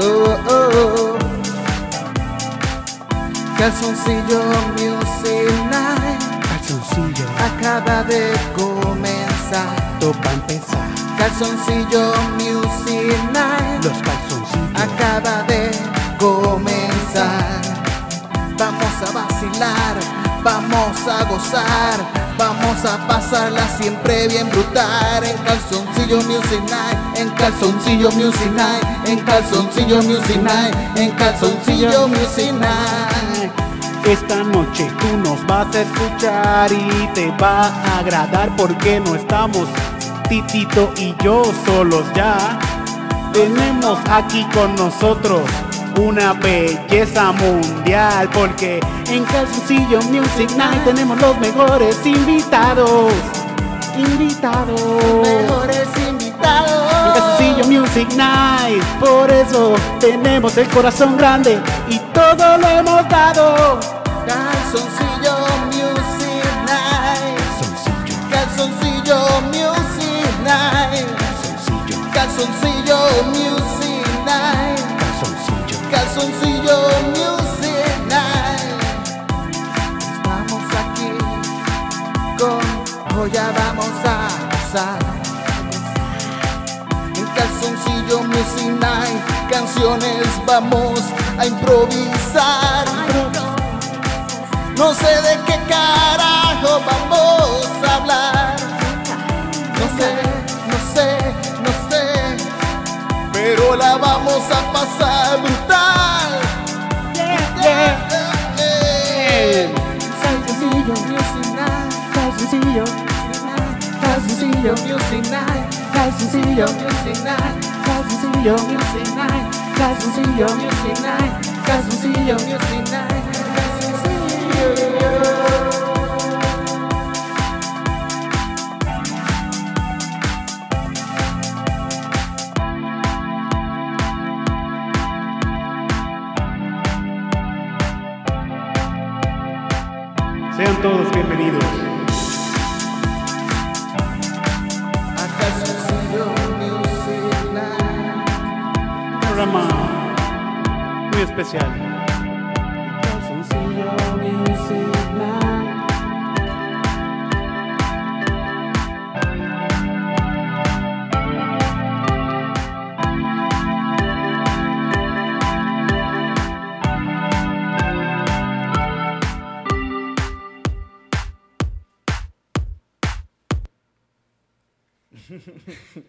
oh, oh. Calzoncillo Music Night Calzoncillo, acaba de comenzar. esto pa' empezar. Calzoncillo Music Night Los calzoncillos. acaba de comenzar. Vamos a vacilar, vamos a gozar, vamos a pasarla siempre bien brutal. En calzoncillo Music Night, en calzoncillo Music Night, en calzoncillo Music Night, en calzoncillo Music Night. Esta noche tú nos vas a escuchar y te va a agradar porque no estamos Titito y yo solos ya. Tenemos aquí con nosotros una belleza mundial porque en Calzoncillo Music Night tenemos los mejores invitados. Invitados. Mejores En invitados. Calzoncillo Music Night, por eso tenemos el corazón grande y todo lo hemos dado. Calzoncillo Music Night. Calzoncillo Music Night. Calzoncillo Music Night. Calzoncillo Music Night. Estamos aquí con Joya vamos a pasar. En Calzoncillo Music Night, canciones vamos a improvisar. No sé de qué carajo vamos a hablar. No sé, no sé, no sé. Pero la vamos a pasar brutal. Yeah. Eh, eh. Calzoncillo Music Night, Calzoncillo, Calzoncillo Music Night, calzoncillo, Music Night, calzoncillo, Music Night. calzoncillo. Music Night, Calzoncillo Music Night, Sean todos bienvenidos. a Calzoncillo Music Night, Un programa muy especial. Calzoncillo Music Night.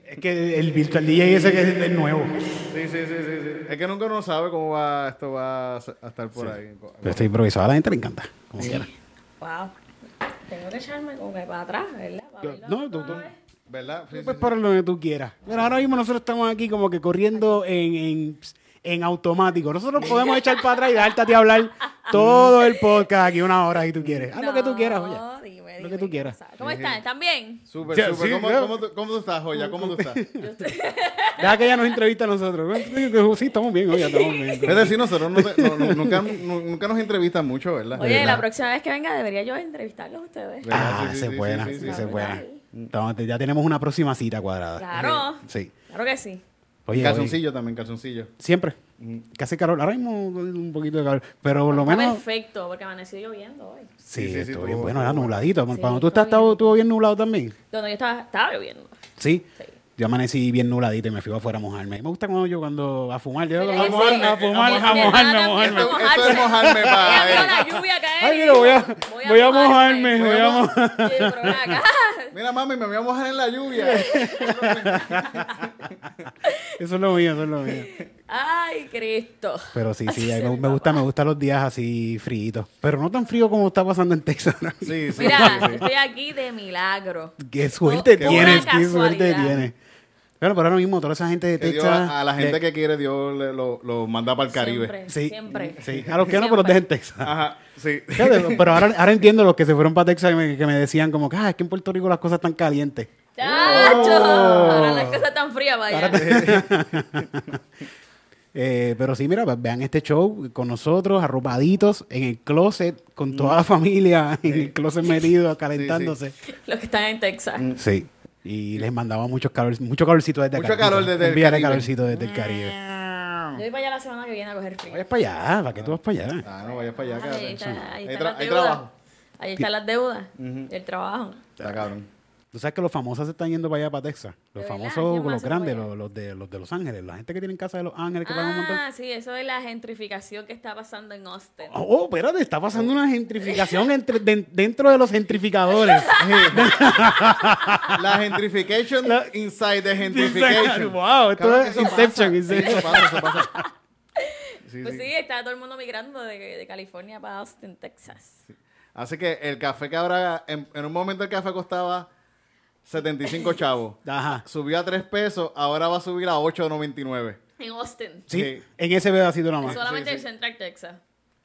Es que el virtual DJ ese que es el nuevo. Sí, sí, sí, sí, sí. Es que nunca uno sabe cómo va esto va a s- a estar por ahí. Pero está improvisado, a la gente le encanta. Como quiera. Wow. Tengo que echarme como que para atrás, ¿verdad? Para verlo No, otra tú- tú- vez. ¿Verdad? Sí, sí, Pues sí. para lo que tú quieras. Pero ahora mismo nosotros estamos aquí como que corriendo en, en, en automático. Nosotros podemos echar para atrás y darte a ti hablar todo el podcast aquí una hora si tú quieres. Haz lo que tú No, quieras, oye. dime, Lo que dime tú qué quieras. pasa. ¿Cómo están? ¿Están bien? Súper, Ya, súper. sí, ¿Cómo, claro. cómo tú, cómo tú estás, Joya? ¿Cómo tú estás? Deja que ella nos entrevista a nosotros. Sí, estamos bien, oye, estamos Es bien. decir, nosotros no te- no- no- nunca, nu- nunca nos entrevistan mucho, ¿verdad? Oye, la ¿Verdad? próxima vez que venga debería yo entrevistarlos a ustedes. ¿Verdad? Ah, Sí, sí, se sí, buena, sí, sí, se sí. buena. Entonces, ya tenemos una próxima cita cuadrada. Claro. Sí. Claro que sí. Oye, oye, Calzoncillo también, calzoncillo. siempre. Casi calor. Ahora mismo un poquito de calor. Pero por lo Está menos. perfecto, porque amaneció lloviendo hoy. Sí, Sí, sí, estuvo sí, estuvo- bien bueno, estuvo era bueno. nubladito. Sí, Cuando tú estás, estuvo bien. estuvo bien nublado también. Donde yo estaba, estaba lloviendo. Sí. Sí. Yo amanecí bien nubladito y me fui afuera a mojarme. Me gusta cuando yo cuando a fumar, yo Pero a ese- mojarme, a fumar, a mojarme, Mi a hermana mojarme. empieza Esto- esto es mojarme pa' Ella vio él. la lluvia caer Ay, y mira, voy a, dijo, voy a mojarme, voy a mojarme. Sí, pero ven acá. Mira, mami, me voy a mojar en la lluvia. Eso es lo mío, eso es lo mío. Ay, Cristo. Pero sí, Así sí, ahí se me, ve me papá. gusta, me gustan los días así fritos. Pero no tan frío como está pasando en Texas. ahora mismo. Sí, sí. Mira, sí, sí. estoy aquí de milagro. Qué suerte Qué tienes, buena qué suerte casualidad. tienes. Bueno, pero ahora mismo toda esa gente de Que Dios, Texas. a, a la gente eh, que quiere, Dios le- lo, lo manda para el Caribe. Siempre, Sí. siempre. Sí, a los que no, pero los Siempre. dejen Texas. Ajá, sí. Fíjate, Pero ahora, ahora entiendo los que se fueron para Texas y me- que me decían como que, ah, es que en Puerto Rico las cosas están calientes. ¡Chacho! Oh. Ahora las cosas tan frías para allá. Eh, pero sí, mira, pues, vean este show con nosotros, arropaditos, en el closet, con toda la familia, en el closet metido, calentándose. Sí, Los que están en Texas. Mm. Y les mandaba muchos calor, mucho calorcito desde acá. Mucho calor desde el Enviaré Caribe. calorcito desde el Caribe. Yo voy para allá la semana que viene a coger frío. Vayas para allá, ¿para qué tú vas para allá? Ah, no, vayas para allá, quédate. Ahí está- ahí Hay, están tra- las hay deudas. trabajo. Ahí están las deudas. El trabajo. Está cabrón. Tú sabes que los famosos se están yendo para allá, para Texas. Los ¿De verdad? famosos, ¿Quién más los se fue grandes, allá? los, los de, los de Los Ángeles. La gente que tiene en casa de Los Ángeles que pagan un montón. Ah, sí, eso es la gentrificación que está pasando en Austin. Oh, oh, espérate, está pasando una gentrificación entre, den- dentro de los gentrificadores. La gentrification La- inside the gentrification. Wow, esto Cabrón, es eso pasa. Inception. Sí, Inception. eso pasa, eso pasa. Sí, Pues sí. sí, está todo el mundo migrando de, de California para Austin, Texas. Así que el café que ahora, en, en un momento el café costaba 75 chavos. Ajá. Subió a 3 pesos, ahora va a subir a 8.99. En Austin. Sí, Sí. en ese pedacito nada más. Solamente Ah, sí, en sí. Central Texas.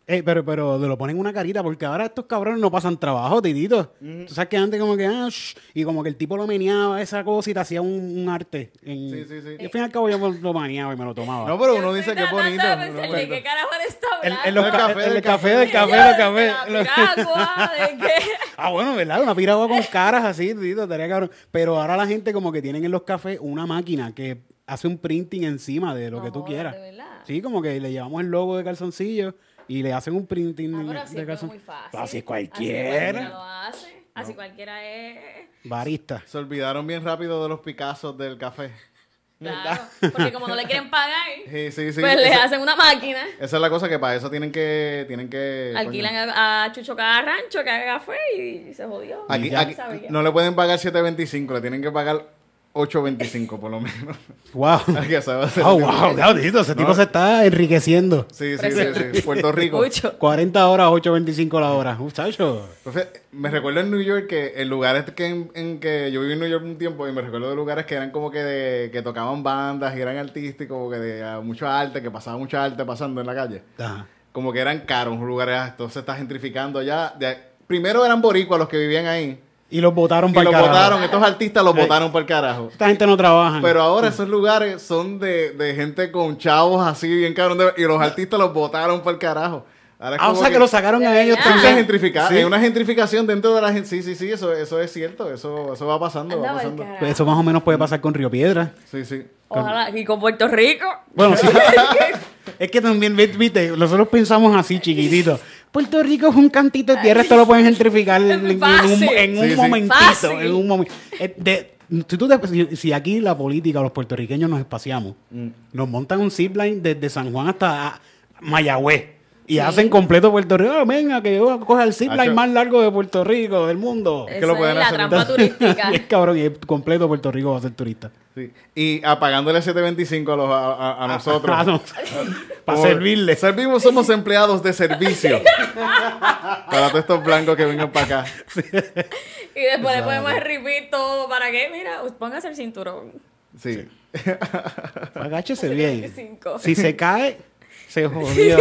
Eh, pero, pero te lo ponen una carita, porque ahora estos cabrones no pasan trabajo, titito. Tú sabes que antes como que, ah, shh, y como que el tipo lo meneaba esa cosa y te hacía un, un arte. en- Sí, sí, sí. Y al fin y al cabo yo lo maneaba y me lo tomaba. No, pero uno Yo dice estoy que es tratando bonito. de uno pensar, bonito. ¿De qué carajo le está el, hablando? el- los El ca- café, el- el el café, café. del café, Yo, del café. ¿De la piragua? ¿De qué? Ah, bueno, ¿verdad? Una piragua con caras así, tito, estaría cabrón. Pero ahora la gente como que tienen en los cafés una máquina que hace un printing encima de lo No que tú jodas, quieras. Oh, ¿de verdad? Sí, como que le llevamos el logo de calzoncillo y le hacen un printing Ah, en- pero así de es calzon- muy fácil. Así cualquiera. lo hace. Así cualquiera es. Barista. Se olvidaron bien rápido de los Picassos del café. Claro. Porque como no le quieren pagar, Sí, sí, sí. pues le Esa- hacen una máquina. Esa es la cosa que para eso tienen que. Tienen que Alquilan coño. a, a Chucho cada rancho que haga café y se jodió. Aquí- Ya aquí- sabía. no le pueden pagar 7.25, le tienen que pagar 8.25 por lo menos. Wow. Al que sabe hacer- Oh, wow, claro, tito, ese tipo se está enriqueciendo. Sí, sí, sí, sí, Puerto Rico. Mucho. 40 horas, 8.25 la hora. Muchacho. Entonces, me recuerdo en New York que en lugares que en, en que yo viví en New York un tiempo y me recuerdo de lugares que eran como que de, que tocaban bandas y eran artísticos, como que de ah, mucho arte, que pasaba mucha arte pasando en la calle. Ajá. Como que eran caros lugares, ah, entonces está gentrificando allá. De- primero eran boricuas los que vivían ahí. Y los votaron Y para los el carajo. votaron, estos artistas los Sí. votaron para el carajo. Esta gente no trabaja. Pero ahora esos lugares son de, de gente con chavos así bien cabrón. de- y los artistas los votaron para el carajo. Ahora es Ah, o como sea que, lo sacaron a De ellos verdad. Entonces, también. gentrifica- Sí. hay una gentrificación dentro de la gente. Sí, sí, sí, eso, eso es cierto. Eso, eso va pasando, va Andaba el pasando. carajo. Pues eso más o menos puede pasar con Río Piedra. Sí, sí. Ojalá. Y con Puerto Rico. Bueno, sí. es que también, vi- viste, nosotros pensamos así, chiquitito. Puerto Rico es un cantito de tierra, esto lo pueden gentrificar en, en un, Fácil. en un Sí, sí. momentito. Fácil. En un momen- Eh, de- si, tú te- si- si aquí la política, los puertorriqueños nos espaciamos, Mm. nos montan un zipline desde San Juan hasta ah, Mayagüez. Y hacen completo Puerto Rico. Ah, venga, que yo coja el zipline Acho. más largo de Puerto Rico, del mundo. que Eso lo pueden es la hacer trampa entonces. turística. Y es cabrón, y es completo Puerto Rico va a ser turista. sí. Y apagándole 725 a, los, a, a- a nosotros. Ah, no. Para Por- servirles. Servimos, somos empleados de servicio. para todos estos blancos que vengan para acá. Y después le podemos repetir todo. ¿Para qué? Mira, póngase el cinturón. Sí. Agáchese bien. 25. Si se cae, se jodió.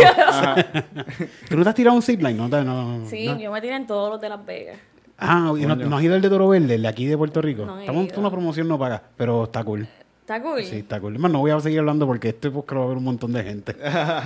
¿Tú no te has tirado un zipline? No, te- no, no. Sí, no. yo me tiré en todos los de Las Vegas. Ah, y no, no has ido al de Toro Verde, el de aquí de Puerto Rico. No he Estamos en ido. una promoción no paga, pero está cool. Está cool. Sí, está cool. Más no voy a seguir hablando porque este podcast lo va a ver un montón de gente.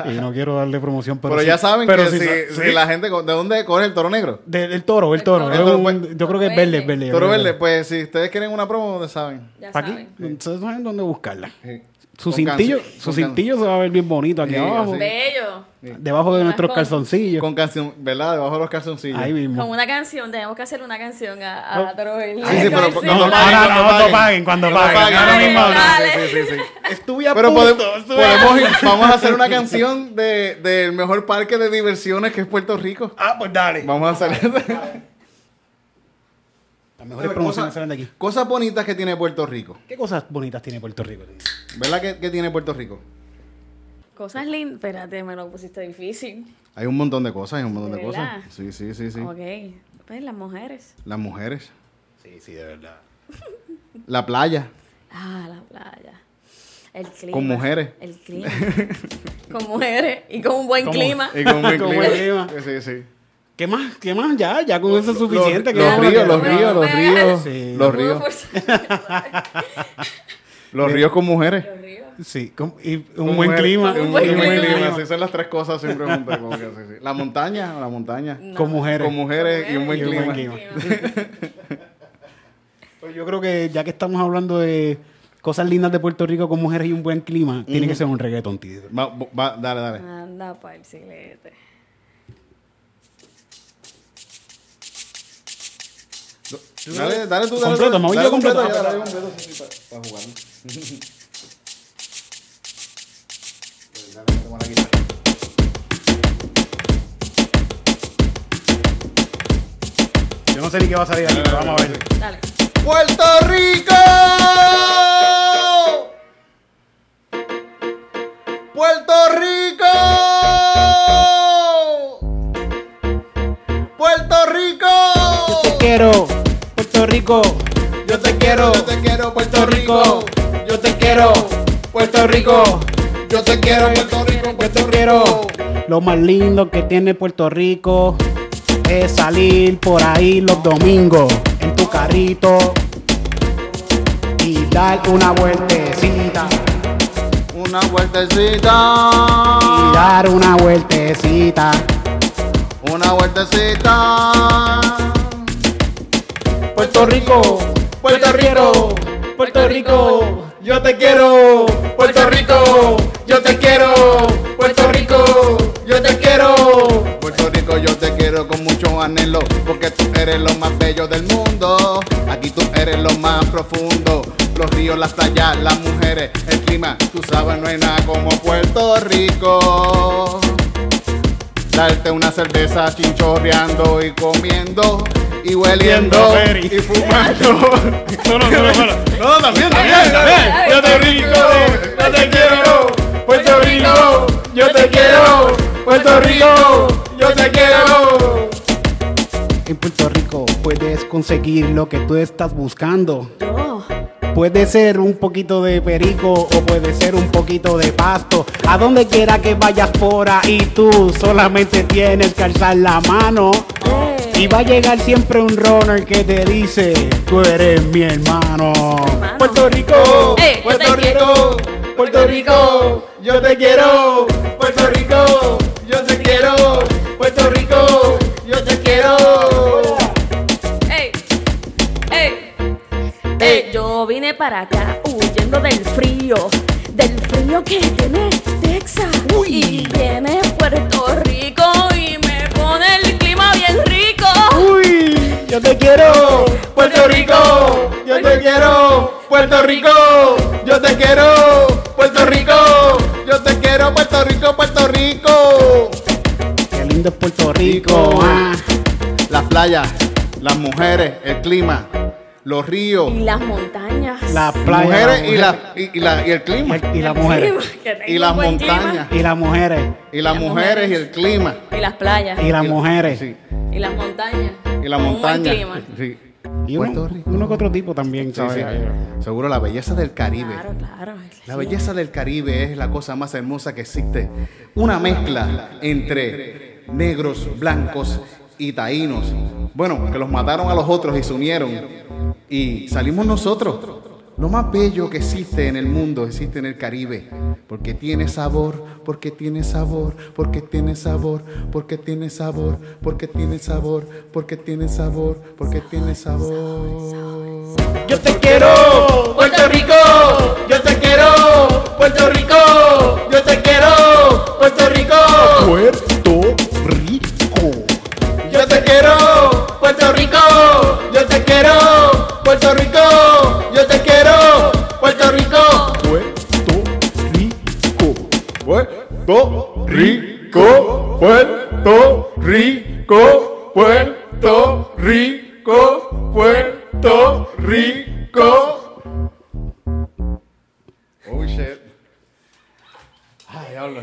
y no quiero darle promoción. Pero, Pero, sí- ya saben pero que sí si, sa- si sí. la gente. co- ¿De dónde corre el toro negro? De- el toro, el toro. es El toro, un- pues. yo creo que es Toro verde, es verde. Toro es verde, pues si ustedes quieren una promo, ¿dónde saben? Ya ¿Para aquí? saben. Ustedes saben dónde buscarla. Sí. Eh, Su Con cintillo, canción- su con cintillo se va a ver bien bonito aquí Sí, abajo. así. Bello. Debajo de Las nuestros con- can- calzoncillos. Con canción, ¿verdad? Debajo de los calzoncillos. Ahí mismo. Con una canción, tenemos que hacer una canción a, a Toro Verde. Sí, sí, Con pero el cuando zipline. paguen, no, no, no paguen, cuando paguen. Ahora mismo hablamos. Sí, sí, sí, sí. Estuve a Pero punto, podemos, estuve a- podemos ir- vamos a hacer una canción de- del mejor parque de diversiones que es Puerto Rico. Ah, pues dale. Vamos a hacer Las mejores promociones salen de aquí. cosas bonitas que tiene Puerto Rico. ¿Qué cosas bonitas tiene Puerto Rico? ¿Verdad que, que tiene Puerto Rico? Cosas lindas. Espérate, me lo pusiste difícil. Hay un montón de cosas, hay un montón de ¿De cosas. verdad? Sí, sí, sí, sí. Ok. Pues las mujeres. Las mujeres, Sí, sí, de verdad. la playa. Ah, la playa. El clima. Con mujeres. El clima. con mujeres y con un buen Con- clima. Y con buen Con clima. buen clima. Sí, sí. ¿Qué más? ¿Qué más? Ya, ya con eso es suficiente. que Los, ya- los ríos, los Pero- ríos, los ríos. Sí. Los Pudo ríos. forzar- Los ríos con mujeres. Los ríos. Sí, con- y un Con buen mujeres. clima. Un Un buen buen clima. clima. Sí, son las tres cosas siempre juntas. como que sí, sí. La montaña, la montaña. No. Con mujeres. Con mujeres y un buen Y un buen clima. clima. Pues yo creo que ya que estamos hablando de cosas lindas de Puerto Rico con mujeres y un buen clima, tiene que ser un reggaeton, Tito. Va- va- dale, dale. Anda pa' el silete. Dale, dale tú, dale. Completo, dale, me voy dale yo completo. completo, ya, dale completo, sí, sí, pa- pa jugar. Dale, toma la guitarra. Yo no sé ni qué va a salir aquí, pero vamos a ver. Dale. ¡Puerto Rico! ¡Puerto Rico! ¡Puerto Rico! Te quiero, Puerto Rico. Yo te quiero. Yo te quiero, Puerto Puerto Rico. Rico. Yo te quiero, Puerto Rico. Yo te quiero, Puerto Rico, Puerto Pero Rico. lo más lindo que tiene Puerto Rico es salir por ahí los domingos en tu carrito y dar una vueltecita. Una vueltecita. Y dar una vueltecita. Una vueltecita. Puerto Rico, Puerto Rico, Puerto Rico. Yo te quiero, Puerto Rico. Yo te quiero, Puerto Rico. Yo te quiero. Puerto Rico, yo te quiero con mucho anhelo, porque tú eres lo más bello del mundo. Aquí tú eres lo más profundo. Los ríos, las playas, las mujeres, el clima, tú sabes, no hay nada como Puerto Rico. Darte una cerveza chinchorreando y comiendo y hueliendo Ferry. y fumando. No, no, no, no, no. No, también, también, también. Yo te Rico, yo te quiero, pues Puerto Rico, yo te quiero, Puerto Rico, yo te quiero. En Puerto Rico puedes conseguir lo que tú estás buscando. Yo. Puede ser un poquito de perico o puede ser un poquito de pasto. A donde quiera que vayas por ahí, tú solamente tienes que alzar la mano. Y va a llegar siempre un runner que te dice, tú eres mi hermano. hermano. Puerto Rico, Eh, yo te Puerto quiero. Rico, Puerto Rico, Pues yo te quiero. Puerto Rico, yo te quiero. Puerto Rico, yo te quiero. ¡Ey! ¡Ey! ¡Ey! Yo vine para acá huyendo del frío. Del frío que tiene Texas. Y viene Puerto Rico y me pone el clima bien rico. Uy, yo te quiero, Puerto Rico, yo te quiero, Puerto Rico, yo te quiero, Puerto Rico, yo te quiero, Puerto Rico, Puerto Rico. Qué lindo es Puerto Rico, ah. Las playas, las mujeres, el clima, los ríos, Y las montañas. Las las playas, mujeres y, las la, y, y la- y el clima. mujeres. y las mujeres, Que tengo Y un las buen clima. montañas. y las mujeres, Y las Las mujeres y el clima. Y las playas. y las Y- mujeres. Sí, Y las montañas. y la Un buen montaña. clima. Sí, sí, Y uno, Puerto Rico. uno que otro tipo también, ¿sabes? sí. Seguro la belleza del Caribe. Claro, claro. La belleza del Caribe es la cosa más hermosa que existe. Una mezcla entre negros, blancos y taínos. Bueno, que los mataron a los otros y se unieron. Y salimos nosotros. Lo más bello que existe en el mundo existe en el Caribe. Porque tiene sabor, porque tiene sabor, porque tiene sabor, porque tiene sabor, porque tiene sabor, porque tiene sabor, porque tiene sabor. Yo te quiero, Puerto Rico, yo te quiero, Puerto Rico, yo te quiero, Puerto Rico. Puerto Rico. Yo te quiero, Puerto Rico, yo te quiero, Puerto Rico, yo te quiero, Puerto Rico. Puerto Rico. Puerto Rico. Puerto Rico. Puerto Rico. Puerto Rico. Oh shit. Ay, habla.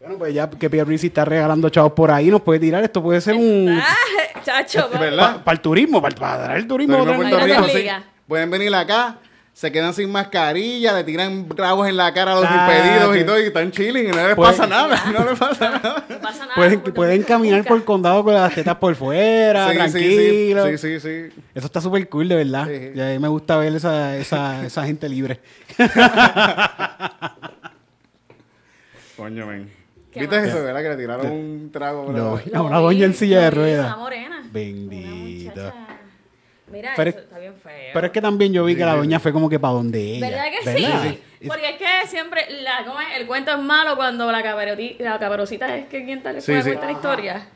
Bueno, pues ya que Pierluisi está regalando chavos por ahí, nos puede tirar, esto puede ser un... Ah, chacho. va. ¿Verdad? Para el turismo, para dar el turismo. Turismo otra- Puerto Grandes Rico, sí. Ligas. Pueden venir acá, se quedan sin mascarilla, le tiran rabos en la cara a los Ah, impedidos sí. y todo, y están chilling, y no les Pues- pasa nada, no les pasa nada. No pasa nada. Pueden, Puerto pueden Rico caminar por el nunca. condado con las tetas por fuera, Sí, sí, sí. tranquilo. Sí, sí, sí. Eso está súper cool, de verdad. Sí, sí. Y a mí me gusta ver esa, esa, esa gente libre. Coño, men. ¿Qué ¿Viste más? eso, verdad? Que le tiraron un trago. No, No. una doña en silla de Lo vi, ruedas. Una morena. Bendito. Una muchacha. Mira, Pero- eso está bien feo. Pero es que también yo vi que la doña fue como que para donde ella. ¿Verdad que sí? Y- Porque es que siempre la, ¿cómo es? el cuento es malo cuando la, cabareti- la cabarucita es que quien tal vez Sí, puede sí. cuenta la historia.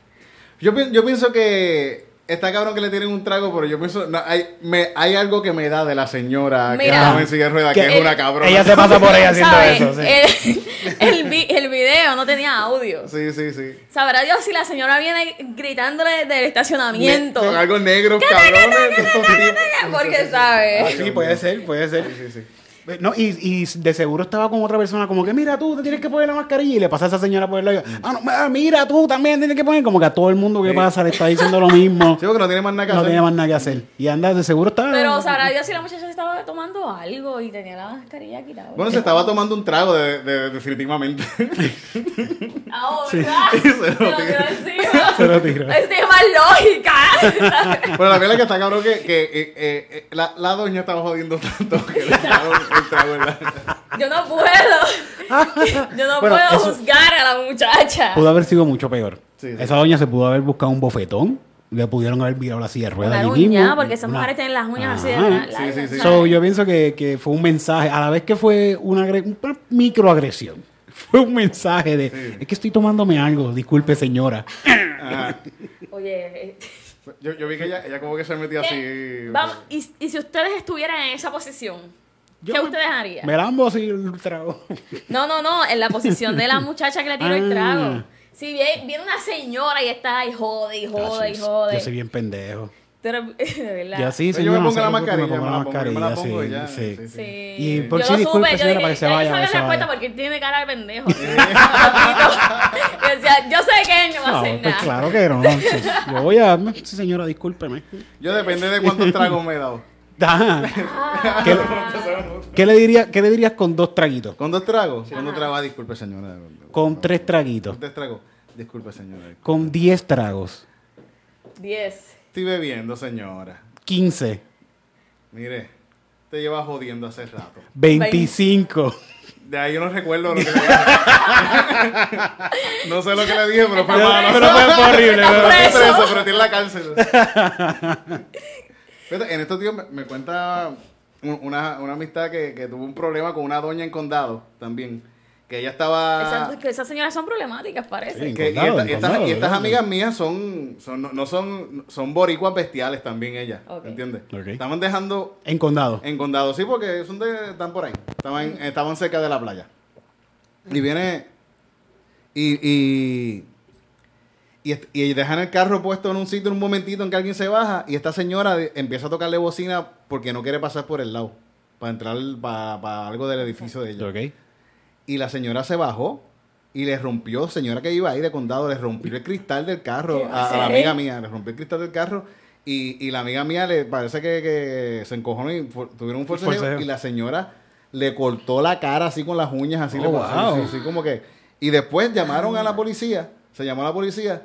Yo, pi- yo pienso que está cabrón que le tienen un trago, pero yo pienso, no, hay, me- hay algo que me da de la señora que Mira. estaba en silla de rueda, que, Que- es una cabrona. Ella se pasa por ahí haciendo ¿Sabes? Eh, eso. sí. El, el, vi- el video no tenía audio. Sí, sí, sí. Sabrá Dios si la señora viene gritándole desde el estacionamiento. Ne- Con algo negro, Cata, cata, cabrón. cata, cata, Porque sabe. Sí, puede ser, puede ser. Ah, Sí, sí. No, y, y de seguro estaba con otra persona, como que mira tú, te tienes que poner la mascarilla. Y le pasa a esa señora por el labio. Ah, no, ah, mira tú también tienes que poner. Como que a todo el mundo que Sí. pasa le está diciendo lo mismo. Chico, que no tiene más nada que No hacer. tenía más nada que hacer. Y anda, de seguro estaba. Pero sabrá Dios si la muchacha se estaba tomando algo y tenía la mascarilla quitada. Bueno, se estaba tomando un trago de, de- definitivamente. Ahora, se lo tiró encima. Se lo tiró. Es de más lógica. Pero la verdad es que está cabrón que, que, eh, eh, eh, la, la doña estaba jodiendo tanto que le tiraron el trago en la... Yo no puedo. Yo no Bueno, puedo eso- juzgar a la muchacha. Pudo haber sido mucho peor. Sí, sí. Esa doña se pudo haber buscado un bofetón. Le pudieron haber virado la silla de ruedas. Una allí uña, mismo. porque esas Una- mujeres tienen las uñas así de Ajá. la- la- Sí, sí, sí. So, yo pienso que, que fue un mensaje, a la vez que fue una, agre- una microagresión, fue un mensaje de, es que estoy tomándome algo, disculpe señora. Ajá. Oye, eh, Yo, yo vi que ella, ella como que se metía así. vamos, y, y si ustedes estuvieran en esa posición, Yo ¿qué me- ustedes harían? Me la ambos así el trago. No, no, no, en la posición de la muchacha que le tiró el Ah. trago. Si viene, viene una señora y está ahí, jode, y jode, y Yo jode. soy bien pendejo. Tú eres- de verdad. Y así, Pero yo señora, me pongo la ¿sabe por qué mascarilla, me me pongo la pongo, yo me la pongo sí, y ya. sí. Sí, sí. Sí. Y por yo sí, lo disculpe, supe, yo señora, dije, para que se ya yo vaya, sabía para que se la respuesta vaya. porque él tiene cara de pendejo. Yo decía, yo sé que él no va a No, hacer pues nada. claro que no. Sí, Yo voy a... Sí, señora, discúlpeme. Yo depende de cuántos tragos me he dado. Ah. ¿Qué, le- qué le diría, ¿Qué le dirías con dos traguitos? ¿Con dos tragos? Con dos tragos, ah, disculpe señora. Con tres traguitos. Con tres tragos. Disculpe señora. Con diez tragos. 10. Estoy bebiendo señora. Quince. Mire, te llevas jodiendo hace rato. Veinticinco. De ahí yo no recuerdo lo que le dije. no sé lo que le dije, pero fue Pero- malo. pero fue- fue horrible, Está pero- Pero preso. eso, pero tiene la cárcel. Fíjate, en estos días me, me cuenta un- una, una amistad que, que tuvo un problema con una doña en condado también. Que ella estaba. Esas, que esas señoras son problemáticas, parece. Sí. En que- y condado, esta- en estas- condado, y estas ¿verdad? amigas mías son, son no, no son son boricuas bestiales también ellas, Ok. ¿entiendes? Ok. Estaban dejando En condado. en condado, sí, porque son de, están por ahí. Estaban, estaban cerca de la playa. Y viene. Y, y, y, est- y dejan el carro puesto en un sitio en un momentito en que alguien se baja. Y esta señora de- empieza a tocarle bocina porque no quiere pasar por el lado. Para entrar para, algo del edificio de ella. Ok. Y la señora se bajó y le rompió, señora que iba ahí de condado, le rompió el cristal del ¿Qué carro va a a, a la hacer? amiga mía, le rompió el cristal del carro. Y, y la amiga mía le parece que, que se encojonó y fu- tuvieron un forcejeo, Forcejeo. Y la señora le cortó la cara así con las uñas, así Oh, le pasó, wow. así, así como que. Y después llamaron a la policía, se llamó a la policía.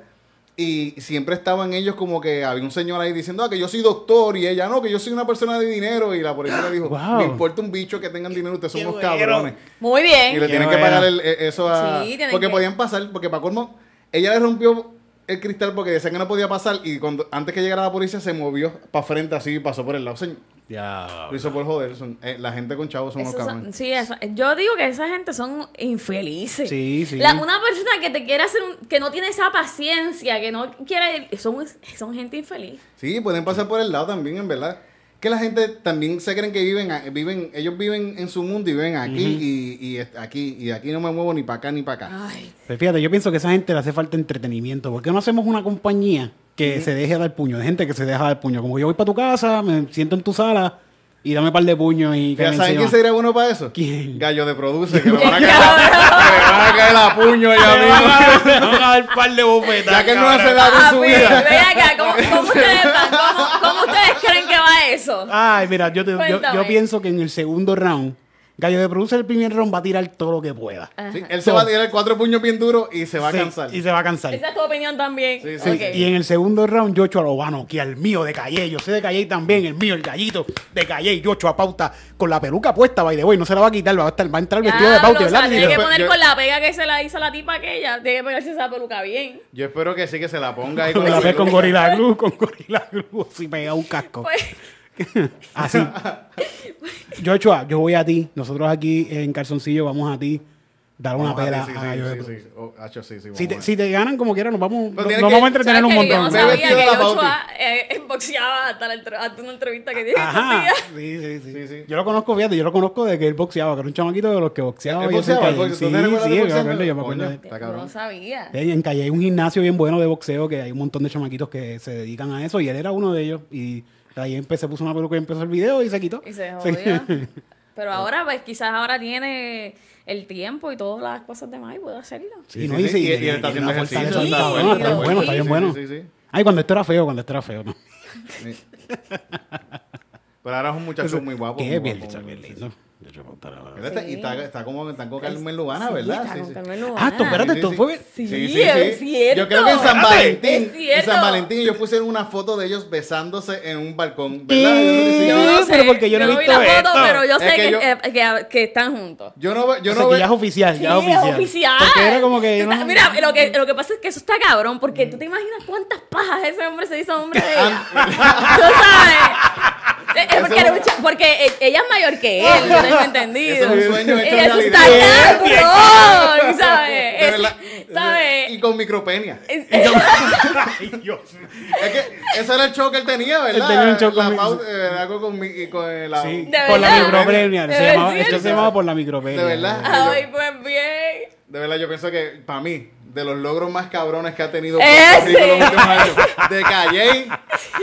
Y siempre estaban ellos como que había un señor ahí diciendo ah, que yo soy doctor y ella no, que yo soy una persona de dinero. Y la policía le dijo, Wow. me importa un bicho que tengan dinero, ustedes son Qué unos bueno. cabrones. Muy Y le bien. Qué tienen que bueno. pagar el- e- eso a. Sí, tienen porque que- podían pasar, porque para colmo, ella le rompió el cristal porque decían que no podía pasar y cuando antes que llegara la policía se movió para frente así y pasó por el lado. Señor, Ya. Pues Lo hizo por joder. son- eh, la gente con chavos son pues. unos Esos son- cabrones. sí, eso- yo digo que esa gente son infelices. Sí, sí. La- una persona que te quiere hacer, un- que no tiene esa paciencia, que no quiere, son, son gente infeliz. Sí, pueden pasar por el lado también, en verdad. Que la gente también se creen que viven, a- viven ellos viven en su mundo y viven aquí y, y est- aquí y de aquí no me muevo ni para acá ni para acá. Ay, Pues fíjate, yo pienso que a esa gente le hace falta entretenimiento. ¿Por qué no hacemos una compañía que se deje dar puño? De gente que se deja dar puño. Como yo voy para tu casa, me siento en tu sala y dame un par de puños y que Ya me saben quién encima. sería bueno para eso. ¿Quién? Gallo de produce que le van a ¡Qué caer, que le van a caer a puño allá Me van mismo. a dar- me van a dar un par de bofetas. Ya que no hace cabrón. la con su Papi, ven vida. Ah, pues, acá, ¿cómo, cómo ustedes van? ¿Cómo, cómo ustedes creen que va eso? Ay, mira, yo, te- yo, yo Cuéntame. pienso que en el segundo round Gallo de produce el primer ron va a tirar todo lo que pueda. Sí, él se va a tirar cuatro puños bien duros y se va Sí, a cansar. Y se va a cansar. Esa es tu opinión también. Sí, Sí, Ok. Y en el segundo round, Yocho a Lobano, que al mío de Calle, yo sé de Calle también, el mío, el gallito de Calle, Yocho a pauta, con la peluca puesta, by the way, no se la va a quitar, va a, estar, va a entrar vestido de Diablo, pauta, o sea, ¿verdad? tiene que Yo- poner yo- con la pega que se la hizo la tipa aquella. Tiene que pegarse esa peluca bien. Yo espero que sí que se la ponga ahí Con la vez con peluca. Gorila Glue, con Gorila Glue, así pega un casco. Pues, Así. Yocho, yo voy a ti, nosotros aquí en Calzoncillo vamos a ti, dar una Vamos a pera ver, sí, a Gallo de sí, sí, Produce. sí, sí. Oh, hacho, sí, sí, Si vamos a te, ver. si te ganan como quieran, nos vamos, nos, tienes nos que- vamos a entretener ¿sabes un que Yo no montón. Ve sabía vestido que de la Joshua eh, boxeaba hasta, la entr- hasta una entrevista que tiene estos Ajá. días. Sí, sí, sí. Sí, sí. Yo lo conozco, fíjate, yo lo conozco de que él boxeaba, que era un chamaquito de los que boxeaba. ¿Él y eso en boxeaba? Calle. ¿Tú Sí, te recuerdas sí, de yo me boxear? acuerdo, yo me acuerdo. Coño. de- Está cabrón. No sabía. Eh, En Calle hay un gimnasio bien bueno de boxeo que hay un montón de chamaquitos que se dedican a eso y él era uno de ellos. Y ahí empecé, puso una peluca y empezó el video y se quitó. Y se Sí. jodió. Pero ahora, pues quizás ahora tiene el tiempo y todas las cosas demás y puede hacerlo. Sí, Sí, no, sí, y sí, sí, y él y- está y haciendo una ejercicio, fortaleza, está está bueno, está bueno, bueno, sí, está bien sí, bueno. sí, sí. Ay, cuando esto era feo, cuando esto era feo, no. Pero ahora es un muchacho muy guapo. Qué muy bien, guapo, bien muy- lindo. Yo te voy a contar ahora. Él está- Y está, está como está con Carmen Lubana, Sí, ¿verdad? está Sí, con sí. Carmen Lubana. Ah, tú, espérate, esto fue... Sí, es cierto. Yo creo que en San Espérate. Valentín, Es en cierto. San Valentín ellos pusieron una foto de ellos besándose en un balcón, ¿verdad? Yo creo que sí. Yo Yo no pero sé, porque yo no he vi visto la foto, esto. pero yo Es que sé que, yo- eh, que- que están juntos. Yo no, ve- yo O sea, no que ve- ya es oficial, ya es Sí, es oficial. oficial. Porque era como que... Tú yo no- estás- Mira, lo que, lo que pasa es que eso está cabrón, porque tú te imaginas cuántas pajas ese hombre se hizo hombre de ella. Ah. ¿Tú sabes? Es- es porque, Eso- era un cha- porque e- ella es mayor que él, yo tengo entendido. Eso es un sueño hecho Y eso está realidad. Bien, cabrón, ¿sabes? de Es- verdad. Y ¿Sabes? con micropenia. Es- Ay, Dios mío. Es que ese era el show que él tenía, ¿verdad? Él tenía un show La con mi- pau- eh, algo con mi- y con el- la- Sí, De por la verdad. micropremia. De Se llamaba, verdad. esto se llamaba por la micropremia. De verdad. Ay, pues bien. De verdad, yo pienso que para mí, de los logros más cabrones que ha tenido Ese. en los últimos años, de Calle,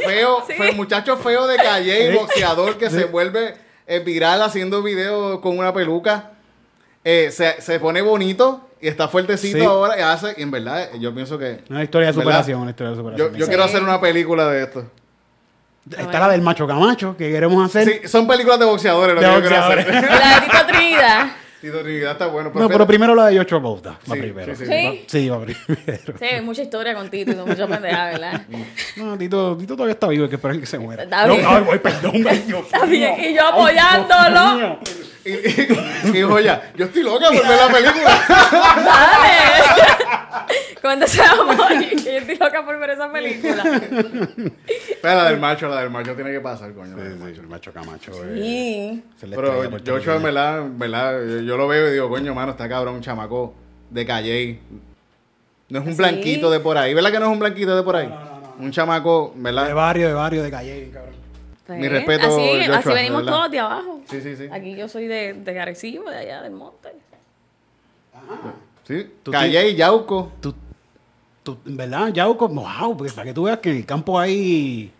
feo, Sí. fue muchacho feo de Calle, boxeador que se vuelve eh, viral haciendo videos con una peluca, Eh, se, se pone bonito y está fuertecito Sí. Ah, ahora y hace, y en verdad, eh, yo pienso que... Una historia de ¿Verdad? superación, una historia de Yo, superación. yo quiero hacer una película de esto. Está la del macho camacho que queremos hacer. Sí, son películas de boxeadores lo De que yo quiero boxeadores. hacer. La de Tito Trinidad. Tito Trinidad está bueno. no, pero espérate. primero la de Yocho Bauta. Va Sí, primero. sí, sí. ¿Sí? Va- sí, va primero. Sí, hay mucha historia con Tito y con mucha pendejada, ¿verdad? No, Tito, Tito todavía está vivo, hay que esperar que se muera. Está Mm. no, bien. ay, voy, perdón, ay, Dios Está mío. bien, y yo apoyándolo. Mío. Y, y- y, joya, yo estoy loca por ver la película. Dale. ¿Cuándo se va a morir? Yo estoy loca por ver esa película. Pero la del macho, la del macho tiene que pasar, coño. la del macho. El macho camacho. eh, Sí. se le Pero estrella por Joshua, en todo. verdad, en verdad, yo, yo lo veo y digo, coño, mano, está cabrón, chamaco de Calle. No es un Sí. blanquito de por ahí. ¿Verdad que no es un blanquito de por ahí? Un chamaco, De ¿verdad? barrio, de barrio, de calle, bien cabrón. Mi respeto, pues, Así, Joshua, así venimos de verdad. todos de abajo. Sí, sí, sí. Aquí yo soy de, de Arecibo, de allá del monte. Sí. Tú Calle y Yauco. Tú, tú, en verdad, Yauco, mojado, porque para que tú veas que en el campo hay,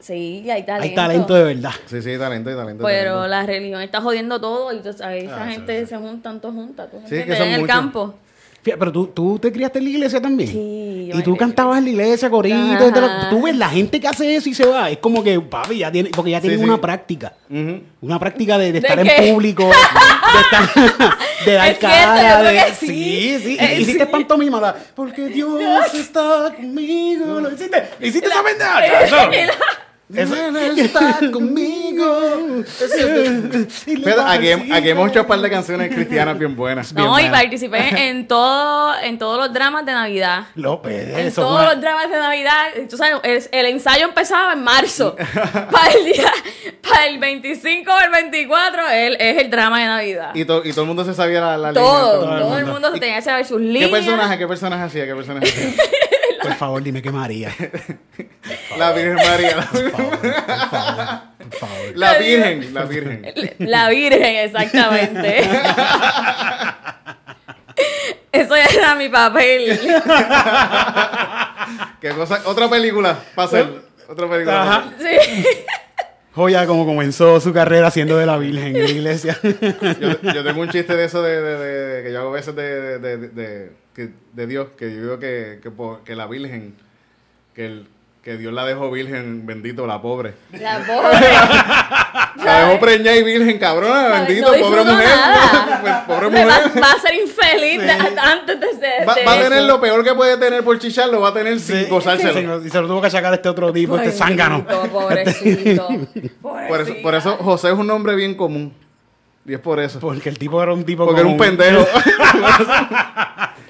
Sí, hay talento. hay talento de verdad. Sí, sí, talento y talento. Pero talento. la religión está jodiendo todo y entonces ahí esa gente se juntan todos juntas. ¿tú me Ah, Sí, que entiendes? son en el muchos. campo. Fíjate, pero tú, tú te criaste en la iglesia también. Sí, yo Y me tú crié. cantabas en la iglesia, corito. y te lo- Ajá. tú ves la gente que hace eso y se va. Es como que, papi, ya tiene, porque ya tienen sí. una práctica. Ujú. Una práctica de, de ¿De estar qué? en público, de, estar, de dar Es cierto, cara. yo creo de- que sí. sí, sí. Eh, hiciste sí. pantomima, la- porque Dios está conmigo. Lo hiciste, hiciste esa pendeja. Eso. Él está conmigo. Y le Fíjate, baja aquí, el hem- aquí cinco. hemos hecho un par de canciones cristianas bien buenas. Bien No, y buena. participé en, todo, en todos los dramas de Navidad. López, En eso. todos una- los dramas de Navidad, tú sabes, el, el ensayo empezaba en marzo. para el día, para el 25 o el 24, él es el drama de Navidad. Y, to- y todo el mundo se sabía la, la todo, línea, todo, el mundo ¿Y tenía que saber sus ¿Qué líneas. personaje? ¿Qué personaje hacía? ¿Qué personaje hacía? Por favor, dime que María. Por La Virgen María. La Virgen, favor, por favor, por favor. la Virgen. La Virgen. La Virgen, exactamente. Eso ya era mi papel. ¿Qué cosa? Otra película para ¿Eh? hacer. Otra película. pa' Ajá. hacer. Sí. Joya como comenzó su carrera siendo de la Virgen en la iglesia. Yo, yo tengo un chiste de eso de, de- de- de- que yo hago a veces de, de, de- de- que- de Dios, que yo digo que, que, por- que la Virgen, que, el- que Dios la dejó virgen, bendito, la pobre. La pobre. La La dejó preñada y virgen, cabrona, ¿sabes? bendito, No pobre disfruto mujer. pues, nada. pobre Me va- mujer. Va, a ser infeliz de- antes de, de- Va, de va a eso. tener lo peor que puede tener por chichar, lo va a tener sin gozárselo. Y se lo tuvo que sacar este otro tipo, este Pobrecito, zángano. Pobrecito. Por eso, por eso José es un nombre bien común. Y es por eso. Porque el tipo era un tipo Porque era un con- pendejo.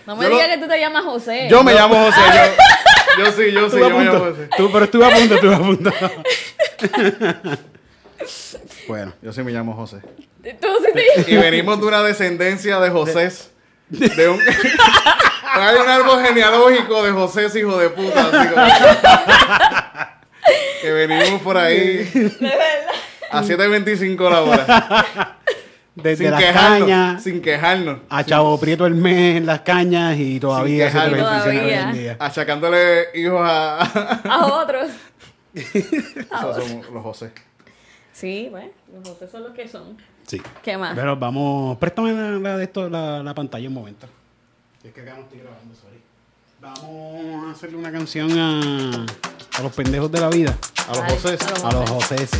No me yo lo- digas que tú te llamas José. Yo me llamo José. Yo, yo sí, yo sí, Estuve a yo me llamo punto. José. Tú- pero estuve a punto, estuve a punto. bueno. Yo sí me llamo José. Tú sí te- Y venimos de una descendencia de Josés. De un... Hay un árbol genealógico de Josés, hijo de puta. así como- que venimos por ahí a 7.25 la hora. Desde Sin las quejarnos. cañas Sin quejarnos. a Chavo Prieto el mes en las cañas y todavía Sin se quejarnos. benefician Todavía. hoy en día. Achacándole hijos a... a- A otros. Esos somos los José. Sí, bueno, los José son los que son. Sí. ¿Qué más? Pero vamos, préstame la, la de esto, la, la pantalla un momento. Es que acá no estoy grabando, sorry. Vamos a hacerle una canción a, a los pendejos de la vida. A los Ay, José. a los A los Josés.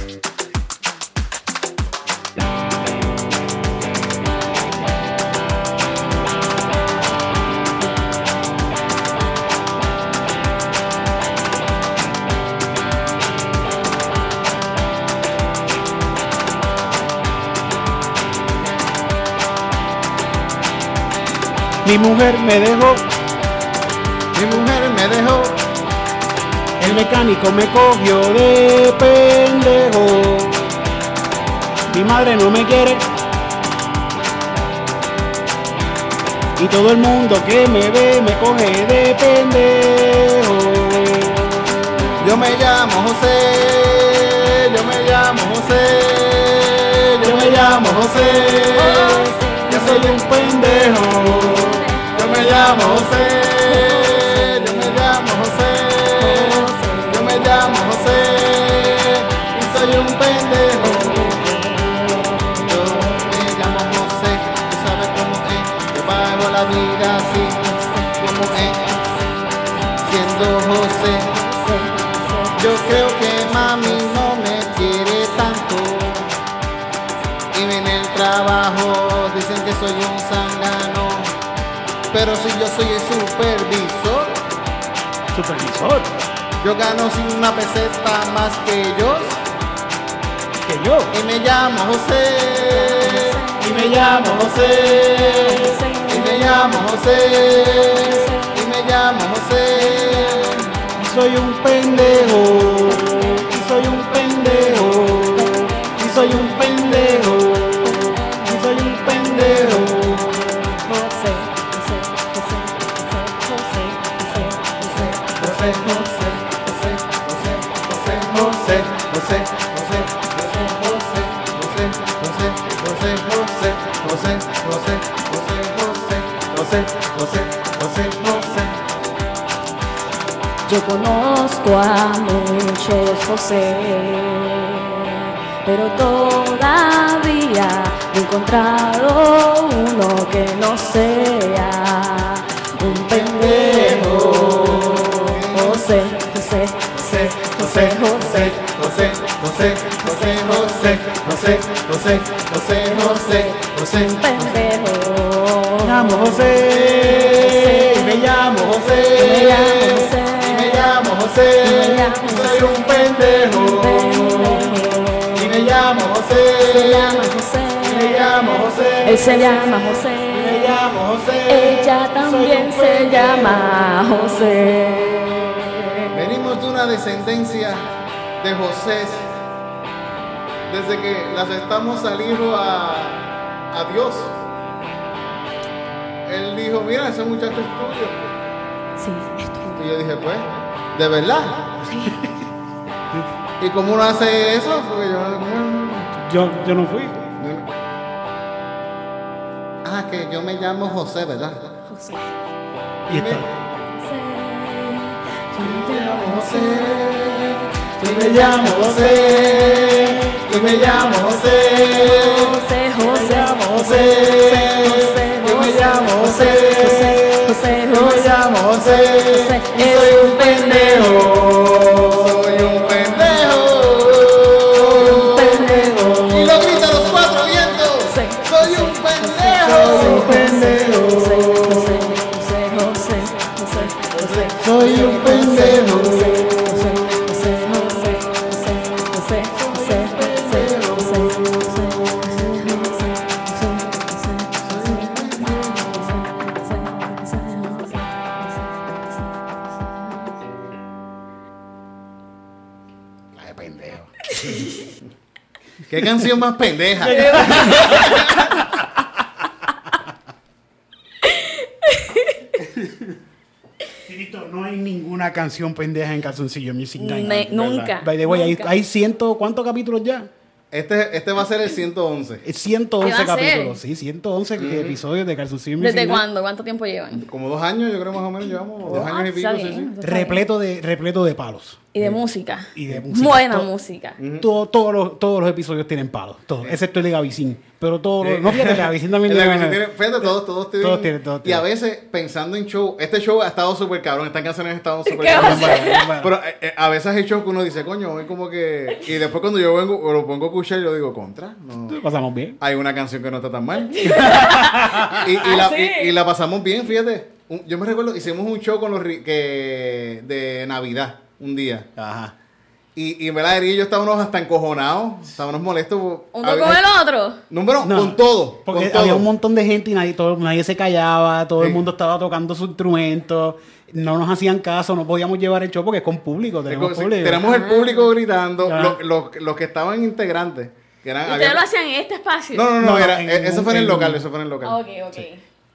Mi mujer me dejó, Mi mujer me dejó. el mecánico me cogió de pendejo. Mi madre no me quiere. Y todo el mundo que me ve me coge de pendejo. Yo me llamo José, yo me llamo José, yo me llamo José, yo soy un pendejo. Yo me llamo José, yo me llamo José, yo me llamo José, y soy un pendejo. Yo me llamo José, tú sabes cómo es, yo pago la vida así, como es, siendo José. Yo creo que mami no me quiere tanto. Y en el trabajo dicen que soy un zángano, pero si yo soy el supervisor, Supervisor, yo gano sin una peseta más que ellos. que yo. Y me llamo José, Y me llamo José, y me llamo José, y me llamo José. Y soy un pendejo, y soy un pendejo, y soy un pendejo, y soy un pendejo. José, José, José, José, José, José, José, José, José, José, José, José, José, José, José, José, José, José, José, José, José, José. Yo conozco a muchos José, pero todavía no he encontrado uno que no sea un pendejo. José, José, José, José, José. José, José, José, José, José, José, José, José, José, un pendejo. llamo José, y me llamo José, Me llamo y José, me llamo oh, José, me llamo soy un pendejo, pendejo. y me llamo Se José, llama y me José, llamo José. él se llama José. Me llamo José. Ella también soy un se pendejo. llama José. Venimos de una descendencia de José. Desde que le aceptamos al hijo a, a Dios. Él dijo, mira, ese muchacho es tuyo. Sí, esto. Y yo dije, pues, ¿de verdad? ¿Y cómo uno hace eso? Porque yo, mm, Yo, yo no fui. yo no- Ah, que yo me llamo José, ¿verdad? José. Y está. Yo me llamo José. Yo me llamo José. José, José, José, yo me llamo José, José, yo me José. llamo José, y Es soy un un pendejo, soy un pendejo, pendejo. y La de pendejo. ¿Qué canción más pendeja? Tirito, no hay ninguna canción pendeja en Calzoncillo Music Night. Ne- ¿verdad? nunca, By the way, hay- nunca. hay ciento, ¿cuántos capítulos ya? Este, este va a ser el 111. Eh, 111 ¿Qué va a ser? capítulos, sí, 111 episodios de Calzoncillo Music ¿Desde Night. cuándo? ¿Cuánto tiempo llevan? Como dos años, yo creo más o menos llevamos. Dos Ah, años y pico, está sí, sí. bien, está bien. Repleto de, repleto de palos. Y de música. Y de música. Mm. Buena To- música. Todo- todos, los, todos los episodios tienen palos, todos, excepto el de Gavisín. Pero todos los. No fíjate, el de Gavisín también El de tiene- Gavisín tiene- fíjate, todos, todos tienen. Todos tienen, todos tienen. Y a veces, pensando en show, este show ha estado súper cabrón, estas canciones han estado súper ¿Qué va a cabrón. ser? para- Pero eh, eh, a veces hay shows que uno dice, coño, hoy como que. Y después cuando yo vengo, o lo pongo a escuchar, yo digo, contra. No. Pasamos bien. Hay una canción que no está tan mal. y, y la, Ah, sí? y- y la pasamos bien, fíjate. Un- yo me recuerdo, hicimos un show con los ri- que, de Navidad, un día. Ajá. Y, y en verdad, Eri y yo estábamos hasta encojonados, estábamos molestos. Uno con el otro. Número, No. con todo. Porque con todo. había un montón de gente y nadie, todo- nadie se callaba, todo Sí. el mundo estaba tocando su instrumento, no nos hacían caso, no podíamos llevar el show porque es con público, tenemos Sí, público. tenemos Ah. el público gritando, Ajá. lo- lo- los que estaban integrantes. Que eran, Ustedes había- lo hacían en este espacio. no, no, no, No, no, era- en eh, eso un- fue en el en- local, eso fue en el local. Ah, Ok, ok.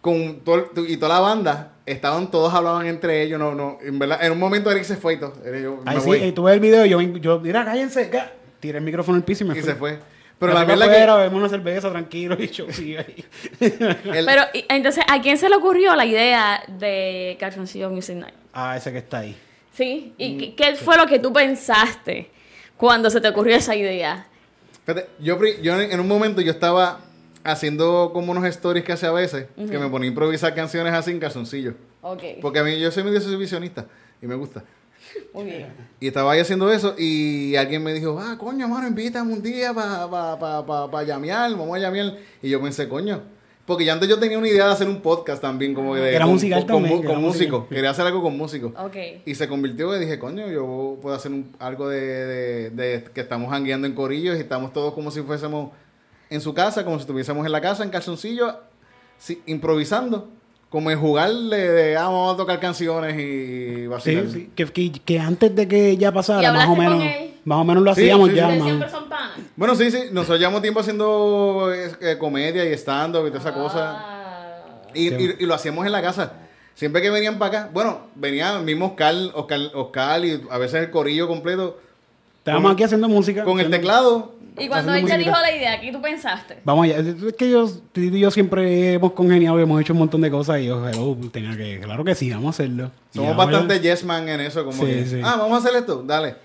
Con todo el- y toda la banda, estaban todos hablaban entre ellos, no, no, en verdad, en un momento Eric se fue y todo, Eric, yo, Ahí me sí, voy. eh, tuve el video y yo, yo mira, cállense, ca-". tiré el micrófono al piso y me y fui. se fue. Pero Me la fui verdad afuera, que bebemos una cerveza, tranquilo, y yo sigo ahí. el- Pero y- entonces, ¿a quién se le ocurrió la idea de Calzoncillo Music Night? Ah, ese que está ahí. ¿Sí? Mm, ¿Y qué- qué fue lo que tú pensaste cuando se te ocurrió esa idea? Fíjate, yo, pri- yo en en un momento yo estaba haciendo como unos stories que hace a veces, que me ponía a improvisar canciones así en calzoncillos. Ok, Porque a mí yo soy medio visionista y me gusta. muy bien. Y estaba ahí haciendo eso y alguien me dijo, ah, coño, mano, invítame un día para pa, pa, pa, pa llamear, vamos a llamear. Y yo pensé, coño. Porque ya antes yo tenía una idea de hacer un podcast también, como de... Era con- musical con, con también, mu- era Con musical. músicos. Quería hacer algo con músicos. Ok. Y se convirtió y dije, coño, yo puedo hacer un- algo de, de- de que estamos jangueando en corillos y estamos todos como si fuésemos en su casa, como si estuviésemos en la casa, en calzoncillos, sí, improvisando. Como en jugar de, de, ah, vamos a tocar canciones y vacilar. Sí, sí. Que, que, que antes de que ya ¿Y pasara, más hablaste o con menos, él? más o menos lo Sí, hacíamos sí, ya, sí. Ustedes más o siempre menos. son panas. Bueno, sí, sí, nosotros llevamos tiempo haciendo eh, eh, comedia y stand-up y toda esa cosa. Ah. Y, Qué y- bueno. y lo hacíamos en la casa. Siempre que venían para acá, bueno, venía el mismo Oscar, Oscar, Oscar y a veces el corillo completo Estábamos aquí haciendo música. con este el haciendo- teclado. Y cuando haciendo él te musiquita. dijo la idea, ¿qué tú pensaste? Vamos allá. Es que yo, tú y yo siempre hemos congeniado y hemos hecho un montón de cosas y yo, hello, tenía que, claro que sí, vamos a hacerlo. Y Somos vamos bastante allá. yes man en eso, como Sí, que, sí. ah, vamos a hacer esto, dale.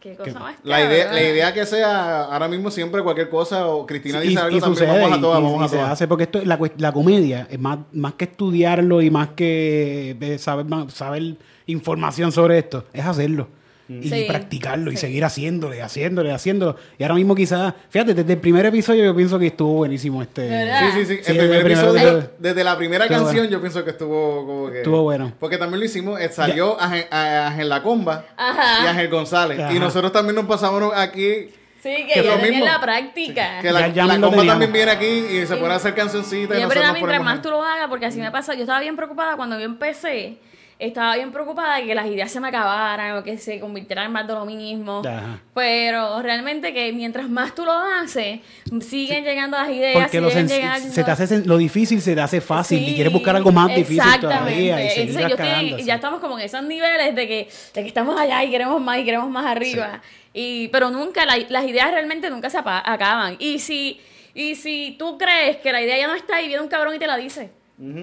¿Qué cosa más? La idea, cabrona. la idea que sea ahora mismo siempre cualquier cosa o Cristina Y, dice algo y también, sucede, vamos a todas, y- y vamos a se todas. hace porque esto, la, cuest- la comedia, es más, más que estudiarlo y más que eh, saber, ma- saber información sobre esto, es hacerlo. Mm. Y Sí, practicarlo y sí. seguir haciéndole, haciéndole, haciéndolo. Y ahora mismo quizás, fíjate, desde el primer episodio yo pienso que estuvo buenísimo este... ¿De verdad? Sí, sí, sí. Sí, desde el primer el primer episodio, episodio. desde la primera Estuvo canción, bueno. yo pienso que estuvo como que. Estuvo bueno. Porque también lo hicimos, eh, salió Ángel- a Ángel La Comba Ajá. y Ángel González. Ajá. Y nosotros también nos pasamos aquí. Sí, que que lo ya tenía mismo. la práctica. Que la, Ya- ya la lo comba teníamos. también viene aquí y se pone a hacer cancioncitas. Y y en nosotros verdad, nos mientras ponemos más tú lo hagas, porque así me Mm. pasa, yo estaba bien preocupada cuando yo empecé, estaba bien preocupada de que las ideas se me acabaran o que se convirtieran más de lo mismo. Ajá. Pero realmente que mientras más tú lo haces, siguen llegando las ideas, Porque lo, siguen sen- llegando. se te hace sen- lo difícil se te hace fácil Sí, y quieres buscar algo más difícil exactamente. todavía. Y seguir Entonces yo estoy- rascando, sí. ya estamos como en esos niveles de que, de que estamos allá y queremos más y queremos más arriba. Y, pero nunca, la- las ideas realmente nunca se apa- acaban. Y si, y si tú crees que la idea ya no está y viene un cabrón y te la dice.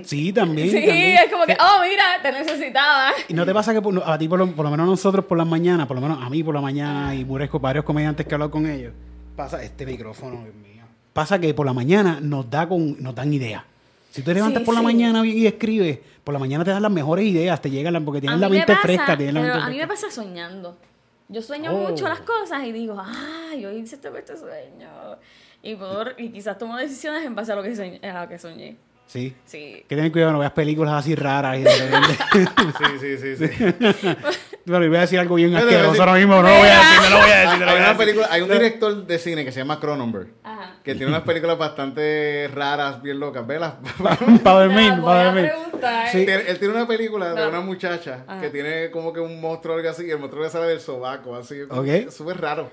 Sí, también. Sí, también. es como que, oh, mira, te necesitaba. ¿Y no te pasa que por- a ti, por lo, por lo menos nosotros por las mañanas, por lo menos a mí por la mañana y Muresco, varios comediantes que he hablado con ellos, pasa este micrófono, Dios mío. Pasa que por la mañana nos, da con, nos dan ideas. Si tú te levantas Sí, por la sí. mañana y escribes, por la mañana te dan las mejores ideas, te llegan las, porque A tienes mí la me mente pasa, fresca. Tienes la pero mente a mí me fresca. pasa soñando. Yo sueño Oh. mucho las cosas y digo, ah, yo hice esto con este sueño. Y, por, y quizás tomo decisiones en base a lo que soñé. A lo que soñé. Sí. Sí. Que tener cuidado, no veas películas así raras. Y de repente- Sí, sí, sí. sí. Pero iba a decir algo bien Yo te voy a asqueroso decir- ahora mismo. No lo voy a decir, no lo voy a decir. no lo voy Ah, Hay a una decir. película, hay un director de cine que se llama Cronenberg, Ajá. que tiene unas películas bastante raras, bien locas. Velas. Para dormir, La para voy a dormir. preguntar. Sí. Tiene- él tiene una película de No. una muchacha Ajá. que tiene como que un monstruo o algo así, y el monstruo le sale del sobaco, así. Ok. Es Súper raro.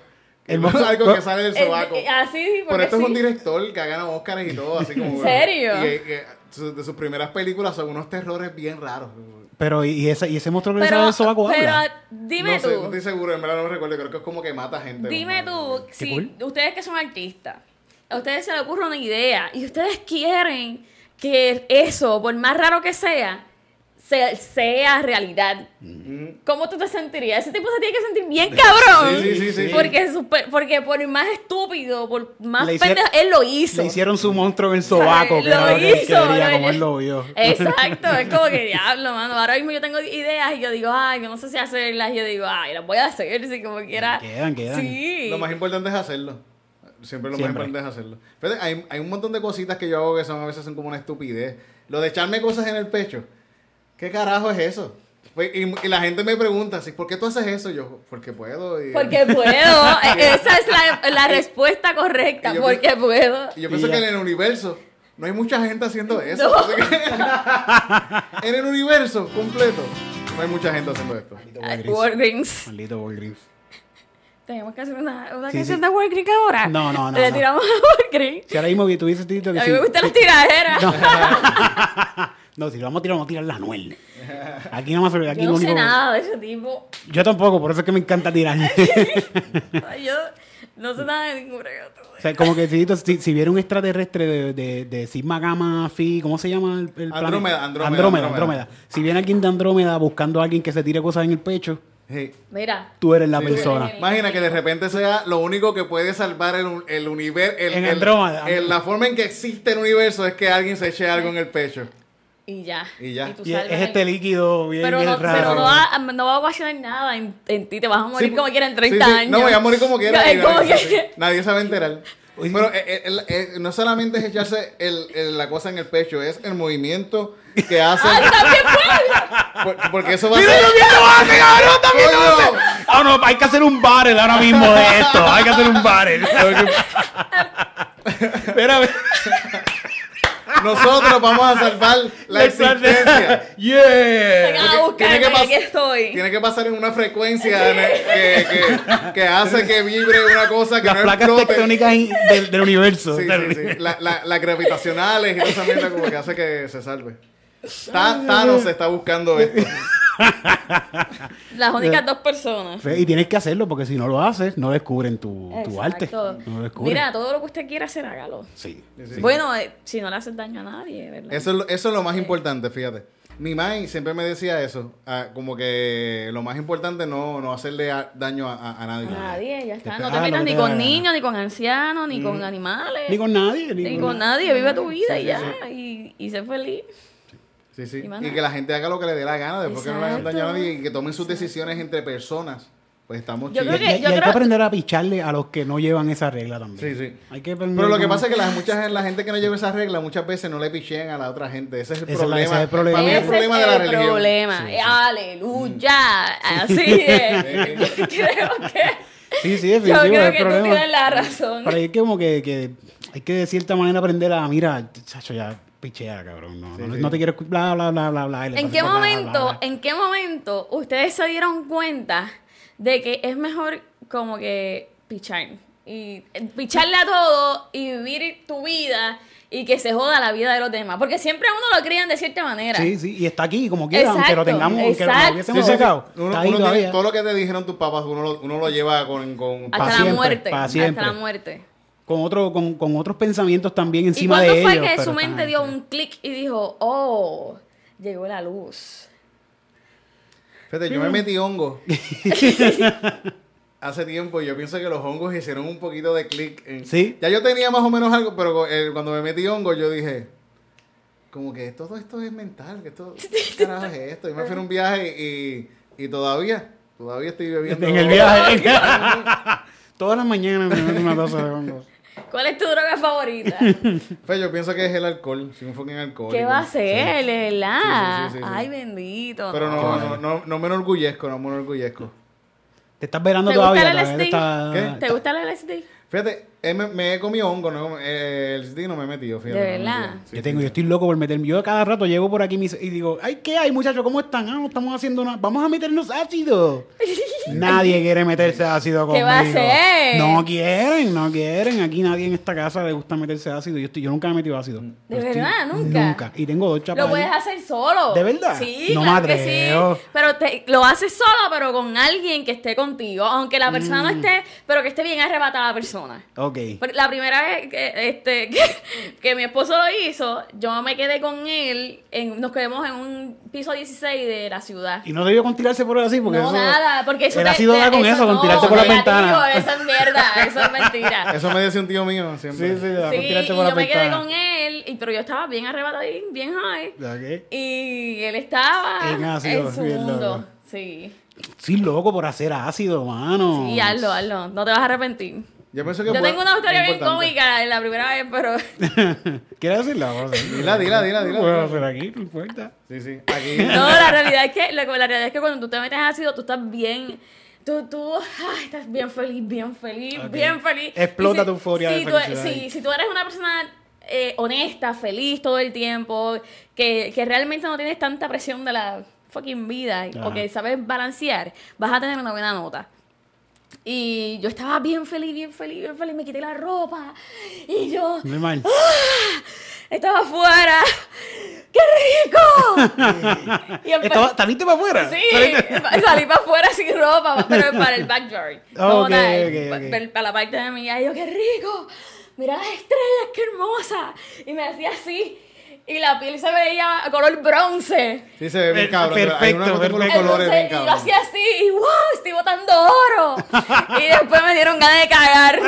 El monstruo- algo que sale del El- sobaco. eh, así, porque Pero esto es un sí. director que ha ganado Óscares y todo, así como. ¿En serio? Y, eh, su- de sus primeras películas son unos terrores bien raros. Pero, ¿y, y ese, y ese monstruo que le sale Pero, del sobaco pero habla? dime no tú. sé, no estoy seguro, en verdad no me recuerdo, creo que es como que mata gente. Dime ¿no? tú, si cool. ustedes que son artistas, a ustedes se les ocurre una idea y ustedes quieren que eso, por más raro que sea, se- sea realidad. ¿Cómo tú te sentirías? Ese tipo se tiene que sentir bien cabrón. Mm-hmm. Sí, sí, sí, sí. Porque, su pe- porque por más estúpido, por más Le hicieron- pendejo, él lo hizo. Le hicieron su monstruo en el ¿Sabes? sobaco. que era lo lo que él hizo. Eh, quería, lo- como él lo vio. Exacto, es como que diablo, mano. Ahora mismo yo tengo ideas y yo digo, ay, yo no sé si hacerlas. Y yo digo, ay, las voy a hacer si como quiera. Quedan, quedan. Sí. Lo más importante es hacerlo. Siempre lo Siempre. más importante es hacerlo. Fíjate, hay, hay un montón de cositas que yo hago que son a veces son como una estupidez. Lo de echarme cosas en el pecho. ¿Qué carajo es eso? Pues, Y, y la gente me pregunta, así, ¿por qué tú haces eso? Yo, porque puedo. Y, Porque puedo. E- Esa es la, la respuesta correcta. Y yo Porque pienso- puedo. y yo pienso Y ya. que en el universo no hay mucha gente haciendo eso. No. Así que- en el universo completo no hay mucha gente haciendo esto. Ay, Walgreens. Ah, Walgreens. Maldito Walgreens. Tenemos que hacer una, una Sí, canción sí. de Walgreens ahora. No, no, no, Le no. tiramos a Walgreens. Si ahora mismo que tuviese Tito que A mí sí. me gustan las tiraderas. No, si lo vamos a tirar, vamos a tirar la Anuel. Aquí no más aquí yo lo no sé único- nada de ese tipo. Yo tampoco, por eso es que me encanta tirar. Ay, Yo no sé nada de ningún reggaetón. o sea, como que Tito, si, si viera un extraterrestre de, de, de Sigma Gamma Phi, ¿cómo se llama el, el planeta? Andrómeda, Andrómeda, Andrómeda, Andrómeda. Andrómeda. Si viene alguien de Andrómeda buscando a alguien que se tire cosas en el pecho, Sí. Mira, tú eres la Sí, sí. persona. Imagina que de repente sea lo único que puede salvar el, un- el universo. En Andrómeda. la forma en que existe el universo es que alguien se eche algo en el pecho. y ya. Y ya. tú Y es, salvas es el- este líquido bien, Pero, bien no, raro. pero no, va, no va a ocasionar nada en, en ti. Te vas a morir Sí, como pu- quiera en 30 sí, sí. años. No, voy a morir como quiera. Es como Nadie- que- Nadie se va a enterar. Oye. Pero eh, eh, eh, no solamente es echarse el- el- la cosa en el pecho, es el movimiento que hacen. Ah, también puede. por- porque eso va a ¡Mira, ser. yo bien lo hace, cabrón! ¡También lo Coño. hace! Ah, no, hay que hacer un barrel ahora mismo de esto. Hay que hacer un barrel. Espera, Nosotros vamos a salvar la existencia. ¡Yeah! Vengan Porque a tiene buscarme, que que pas- aquí estoy. Tiene que pasar en una frecuencia en el- que, que- que hace que vibre una cosa que Las no placas explote. tectónicas in- del, del universo. Sí, sí, sí. La- la- las gravitacionales y toda esa mierda como que hace que se salve. Ta- Thanos está buscando esto. Las únicas dos personas. Fe- Y tienes que hacerlo porque si no lo haces, no descubren tu, tu arte. Exacto. No lo descubren. Mira, todo lo que usted quiera hacer, hágalo. Sí. Bueno, eh, si no le haces daño a nadie, ¿verdad? Eso es, lo, eso es lo más importante, fíjate. Mi mãe siempre me decía eso, ah, como que lo más importante no, no hacerle a- daño a, a- a a nadie. nadie, ya está. No te Ah, metas lo ni que con haga. niños, ni con ancianos, ni Mm. con animales, Ni con nadie. ni con nadie. Vive tu vida y ya. Y, y sé feliz. Sí, sí. Y más Y nada. que la gente haga lo que le dé la gana, después que no le hagan daño a Exacto. nadie y que tomen sus decisiones entre personas. Pues estamos Yo chill. creo Y, y- y hay yo que creo- aprender a picharle a los que no llevan esa regla también. Sí, sí. Hay que aprender Pero lo que cómo- pasa es que la, mucha, la gente que no lleva esa regla muchas veces no le pichean a la otra gente. Ese es el Ese es la- problema. ese es el problema. Para mí es el Ese problema de la religión. problema. Eh, Aleluya. Así es. Yo creo que. Sí, sí, Yo definitivo. es creo el que tú problema. tienes la razón. Pero hay que como que, que hay que de cierta manera aprender a, mira, chacho, ya pichea, cabrón. No, no, sí. no te quiero escuchar, bla, bla, bla, bla, bla. y le ¿En pasas qué por bla, bla, momento, bla. en qué momento ustedes se dieron cuenta de que es mejor como que pichar y eh, picharle a todo y vivir tu vida y que se joda la vida de los demás? Porque siempre a uno lo crían de cierta manera. Sí, sí, y está aquí como quiera, aunque lo Exacto, tengamos, aunque lo- lo exacto. hubiésemos Sí, sí, sí. sacado. Uno- está ahí uno tiene- todavía. todo lo que te dijeron tus papás, uno lo, uno lo lleva con... con Hasta pa' la siempre, muerte. pa' Hasta siempre. la muerte. Con, otro, con, con otros pensamientos también encima de ¿Y cuándo ellos. fue que pero su están mente ahí. dio un clic y dijo, oh, llegó la luz? Fíjate, yo me metí hongo. Hace tiempo yo pienso que los hongos hicieron un poquito de clic. en- Sí. Ya yo tenía más o menos algo, pero co- eh, cuando me metí hongo yo dije, como que todo esto es mental, que esto, ¿qué carajo es esto? Yo me fui a un viaje y, y todavía, todavía estoy bebiendo. En el viaje. Todas las mañanas me meten una taza de hongos. ¿Cuál es tu droga favorita? Pues yo pienso que es el alcohol, si un fucking alcohol. ¿Qué va a ser? ¿Verdad? Sí, sí, sí, sí, sí. Ay, bendito. Pero no, no, no, no me enorgullezco, no me enorgullezco. Te estás velando ¿Te gusta todavía. el todavía LSD? está- ¿Qué? ¿Te gusta el LSD? Fíjate, eh, me, me he comido hongo, no, eh, el stick no me he metido, fíjate. ¿De no me he verdad? metido. yo Sí, sí, tengo, sí. yo estoy loco por meterme. Yo cada rato llego por aquí mis- y digo, ay, ¿qué hay, muchachos? ¿Cómo están? Ah, no estamos haciendo nada. Vamos a meternos ácido. nadie quiere meterse ácido conmigo. ¿Qué va a hacer? No quieren, no quieren. Aquí nadie en esta casa le gusta meterse ácido. Yo, estoy, yo nunca me he metido ácido. ¿De verdad? ¿Nunca? Nunca. Y tengo dos chapas. Lo ahí. puedes hacer solo. ¿De verdad? Sí, No me claro que atrevo. sí. Pero te, lo haces solo, pero con alguien que esté contigo. Aunque la persona Mm. no esté, pero que esté bien arrebatada la persona. Ok. Pero La primera vez que, este, que, que mi esposo lo hizo, yo me quedé con él. en- nos quedamos en un piso 16 de la ciudad. Y no debió con tirarse por ahí así porque no, eso- nada, porque eso el te- ácido te- da con eso, con no, tirarte por la negativo, ventana. Eso es mierda, eso es mentira. Eso me decía un tío mío Sí, siempre. sí, da Sí, con y tirarte por la yo me quedé ventana. con él, y- pero yo estaba bien arrebatada, bien bien high. Ok. Y él estaba En en, ácido, su bien mundo. loco. Sí. Sí, loco por hacer ácido, mano. Y hazlo, hazlo. No te vas a arrepentir. Yo pienso que Yo fue- tengo una historia es bien importante. cómica la primera vez, pero ¿Quieres decirla? Vamos a hacerla. Dila, dila, dila, Lo puedo dila. hacer aquí, no importa. Sí, sí, aquí. no, la realidad es que, lo que- la realidad es que cuando tú te metes ácido, tú estás bien. Tú, tú, ay, estás bien feliz, bien feliz, Ok. bien feliz. Explota Y tu euforia de si tú, e- felicidad ahí. si, si tú eres una persona eh, honesta, feliz todo el tiempo, que, que realmente no tienes tanta presión de la fucking vida Ajá. o que sabes balancear, vas a tener una buena nota. Y yo estaba bien feliz, bien feliz, bien feliz. Me quité la ropa. Y yo, No es mal. estaba afuera. ¡Qué rico! Y empe- Estaba- ¿Saliste para afuera? Sí, ¿Saliste? salí para afuera sin ropa, pero para el backyard. Ok, tal, ok, pa- ok. pa- Para la parte de mí. Y yo, ¡qué rico! Mira las estrellas, qué hermosa. Y me hacía así. Y la piel se veía a color bronce. Sí, se ve bien Per- cabrón. pero Hay una Eh, perfecto, cuestión con los perfecto. colores bien Entonces, y yo cabrón. hacía así, y wow, estoy botando oro. y después me dieron ganas de cagar.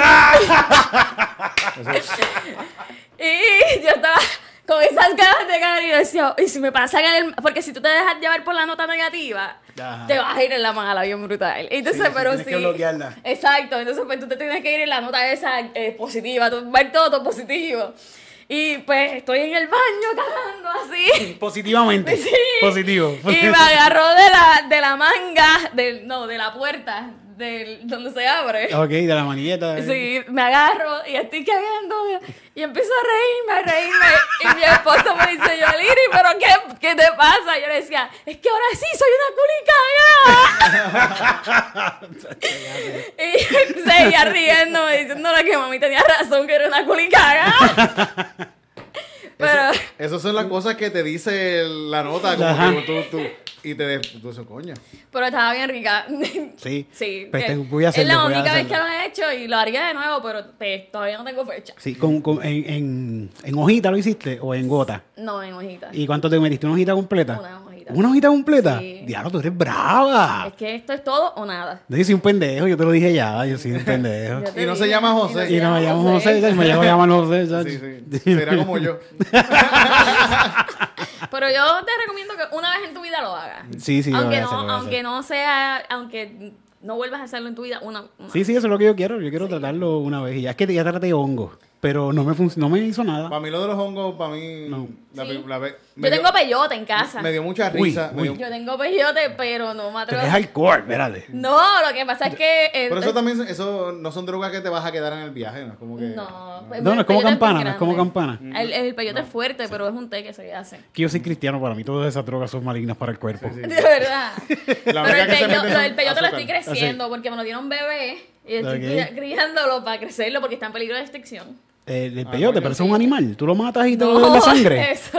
y yo estaba con esas ganas de cagar y yo decía, y si me pasan en el. Porque si tú te dejas llevar por la nota negativa, Ajá. te vas a ir en la mala bien brutal. Entonces, Sí, sí, pero tienes que sí. bloquearla. Exacto, entonces pues tú te tienes que ir en la nota esa eh, positiva, tú, ver todo positivo. Y pues estoy en el baño cagando así. Positivamente. Sí. Positivo. Y me agarró de la, de la manga, del, no, de la puerta, del, donde se abre. Ok, de la manilleta. eh. Sí, me agarro y estoy cagando y empiezo a reírme, a reírme. Y mi esposo me dice, yo, Liri, ¿pero qué, qué te pasa? Y yo le decía, es que ahora sí soy una culicaga. y seguía riéndome, diciéndole que mami tenía razón, que era una culicaga. Pero... Eso- Esas son las cosas que te dice el- la nota. Como Ajá. que tú, tú, y te des. Tú, eso, coño. Pero estaba bien rica. Sí. Sí. Pues Eh, tengo- voy a hacerlo, es la voy a única vez hacerlo. que lo he hecho y lo haría de nuevo, pero pues, todavía no tengo fecha. Sí, con, con- en, en, en hojita lo hiciste o en gota. No, en hojita. ¿Y cuánto te metiste? ¿Una hojita completa? Una hojita. ¿Una hojita completa? Sí. Diablo, tú eres brava. Es que esto es todo o nada. Yo soy un pendejo, yo te lo dije ya, yo soy un pendejo. Yo te Y no dije, se llama José. y no me llamo José, José. ya, me llamo llaman José. ya. Sí, sí. Será como yo. Pero yo te recomiendo que una vez en tu vida lo hagas. Sí, sí, lo voy aunque a no, hacer, lo voy a aunque hacer. no sea, aunque no vuelvas a hacerlo en tu vida, una, una- Sí, sí, eso es lo que yo quiero. Yo quiero tratarlo una vez. Y ya es que ya traté hongo, pero no me, func- no me hizo nada. Para mí lo de los hongos, para mí. No. la Sí. pe- la pe- Yo me dio- tengo peyote en casa. Me dio mucha Uy, risa. me uy. dio- Yo tengo peyote, pero no me Te atrevo. deja el core, espérate. No, lo que pasa es que. eh, Pero eso también, eso no son drogas que te vas a quedar en el viaje, ¿no? Mm. Es Como que, No, pues, No, no, es el como peyote muy campana, no es como grande. campana. El, el peyote es fuerte, pero es un té que se hace. Que yo soy cristiano, para mí todas esas drogas son malignas para el cuerpo. De verdad. La Pero única el que se mete pello- lo son Ah, del peyote lo estoy azúcar. creciendo porque me lo dieron bebé y estoy Ok. cría- criándolo para crecerlo porque está en peligro de extinción. El, el Ah, peyote, coño. pero eso es un animal. Tú lo matas y te lo No, bebes la sangre.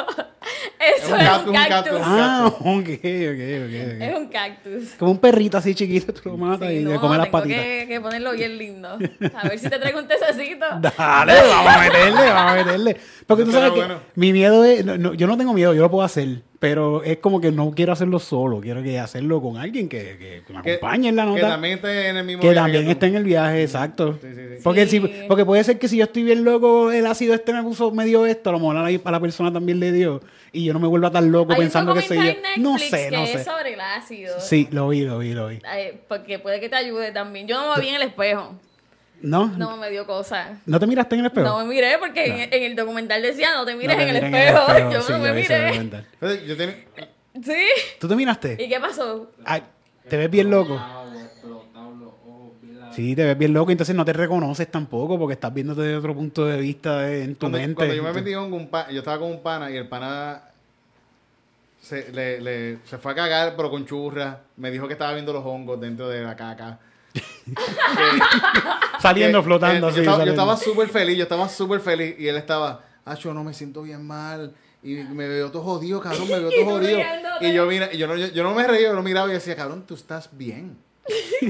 Eso, eso un es cactus, un un cactus. cactus. Ah, ok, ok, ok, ok. Es un cactus. Como un perrito así chiquito, tú lo matas Sí, Ah, y no, le comes las tengo patitas. que, que ponerlo bien lindo. A ver si te traigo un tececito. Dale, vamos a meterle, vamos a meterle. Porque tú Eso sabes está que bueno. mi miedo es, no, no, yo no tengo miedo, yo lo puedo hacer, pero es como que no quiero hacerlo solo, quiero que hacerlo con alguien que, que- que me Que- acompañe en la Que nota. también esté en el mismo Que viaje también tú. esté en el viaje, exacto. Sí, sí, sí. Porque, Sí. si, porque puede ser que si yo estoy bien loco, el ácido este me puso medio esto, a lo mejor a la, a la persona también le dio, y yo no me vuelva tan loco Hay un pensando que soy yo. documental en No Netflix sé, no que sé. es sobre el ácido. Sí, lo vi, lo vi, lo vi. Ay, porque puede que te ayude también. Yo no me vi en el espejo. ¿No? No, me dio cosa. ¿No te miraste en el espejo? No me miré porque en- en, el documental decía no te mires No te en, el miren espejo. Yo sí, no me vi ese miré. documental. Entonces, Yo tenía- Sí. ¿Tú te miraste? ¿Y qué pasó? Ay, te ves bien loco. Sí, te ves bien loco, entonces no te reconoces tampoco porque estás viéndote de otro punto de vista de- en tu cuando, mente. cuando yo me metí con un pana, yo estaba con un pana y el pana se, le- le- se fue a cagar, pero con churra. Me dijo que estaba viendo los hongos dentro de la caca. Saliendo, Que- flotando. que así, Eh, yo, estaba, yo saliendo. estaba súper feliz, yo estaba súper feliz. Y él estaba, ah, yo no me siento bien mal. Y me veo todo jodido, cabrón, me veo Y todo tú jodido. riéndote. Y yo, mira, yo, no, yo, yo no me reía, yo lo miraba y decía, cabrón, tú estás bien.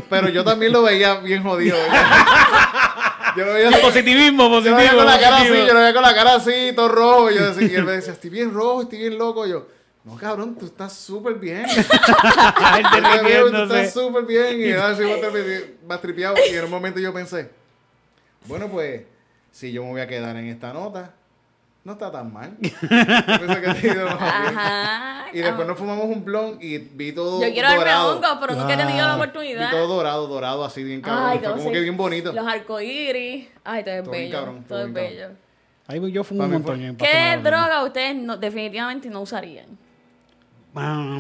Pero yo también lo veía bien jodido. yo lo veía Positivismo, yo positivo. lo veía con la cara así, positivo. yo lo veía con la cara así, todo rojo. Y, yo decía, y él me decía, estoy bien rojo, estoy bien loco. Y yo, no, cabrón, tú estás súper bien. Ay, Yo te veo y tú derritiéndose. estás súper bien. Y ahora sí vas tri- vas tripeado. Y en un momento yo pensé, bueno, pues, si yo me voy a quedar en esta nota, no está tan mal. Yo pensé que ha sido más bien. Ajá. Y después no. nos fumamos un blon y vi todo Yo quiero darme dorado. hongos, pero nunca he tenido la Wow. oportunidad. Vi todo dorado, dorado, así bien cabrón. Ay, Y fue no como sé. que bien bonito. Los arcoíris. Ay, todo es Todo bien bello. cabrón, todo todo es bien cabrón. bello. Ahí voy yo fumo Pa' un mí montón. eh, fue- en Pasto ¿Qué Navarro. droga ustedes no- definitivamente no usarían? Ah,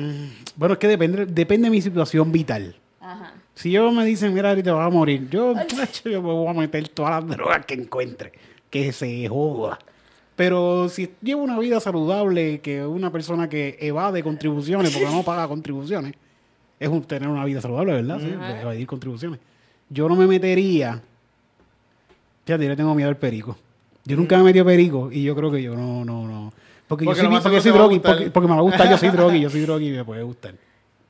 Bueno, es que depende, depende de mi situación vital. Ajá. Si yo me dicen, mira, ahorita vas a morir, yo, yo me voy a meter todas las drogas que encuentre, que se joda. Pero si llevo una vida saludable, que una persona que evade contribuciones, porque no paga contribuciones, es un- tener una vida saludable, ¿verdad? Sí, de evadir contribuciones. Yo no me metería. Fíjate, yo le tengo miedo al perico. Yo nunca me he metido perico y yo creo que yo no, no, no. Porque, Porque yo lo soy, más porque seguro soy te drogui, va a gustar. porque, porque me va a gustar, yo soy drogui, yo soy drogui y me puede gustar.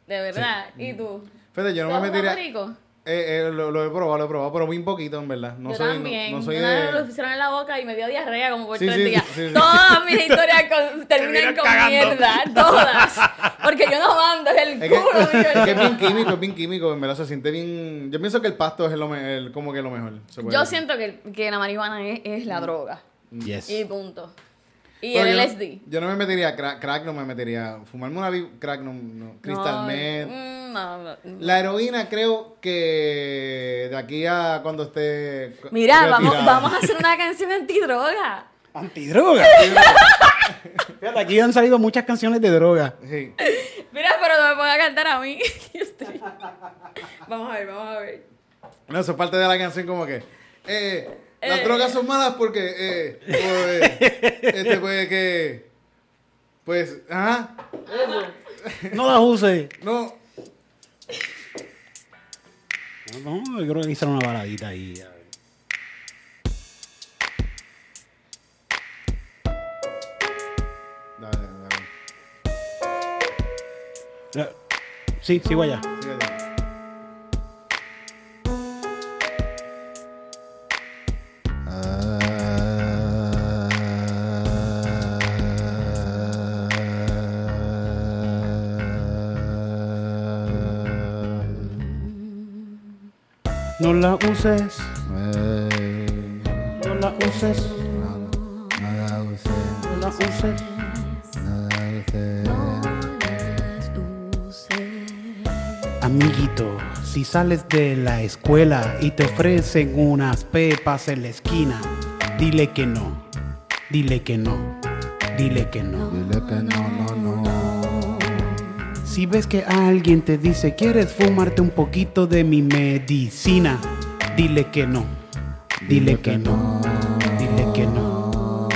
De verdad. ¿Y tú? Fíjate, yo ¿Tú no me has fumado metería. perico? Eh, eh, lo, lo he probado, lo he probado, pero muy poquito, en verdad. No yo soy, no- también. No, soy Una vez me lo de... pusieron en la boca y me dio diarrea como por Sí, tres sí, días. sí, sí. Todas mis historias con- terminan Terminan con cagando. mierda. Todas. Porque yo no mando, es el Es que, culo. es mío. que es bien químico, es bien químico, en verdad se siente bien... Yo pienso que el pasto es lo me- el- como que lo mejor. se puede yo decir. siento que, que la marihuana es, es la droga. Yes. Y punto. Y Pero el Mm. yo no- LSD. Yo no me metería, crack, crack no me metería, fumarme una vi- crack no, no, No, cristal meth. mm, no, no, no. La heroína creo que de aquí a cuando esté... cu- Mira, vamos, retirada. vamos a hacer una canción antidroga. Antidroga. Fíjate, aquí han salido muchas canciones de droga. Sí. Mira, pero no me voy a cantar a mí. Yo estoy- vamos a ver, vamos a ver. No, eso es parte de la canción como que... eh, las Eh. drogas son malas porque... eh, por, eh, este, pues que... Pues, ajá, No las uses. no... No, no, yo creo que hicieron una baladita ahí. a ver. Dale, dale, dale. Eh, Sí, sigo allá. No la uses, no la uses, no la uses. Amiguito, si sales de la escuela y te ofrecen unas pepas en la esquina, dile que no, dile que no, dile que no. Si ves que alguien te dice, ¿quieres fumarte un poquito de mi medicina? Dile que no, dile, que, no, dile que no.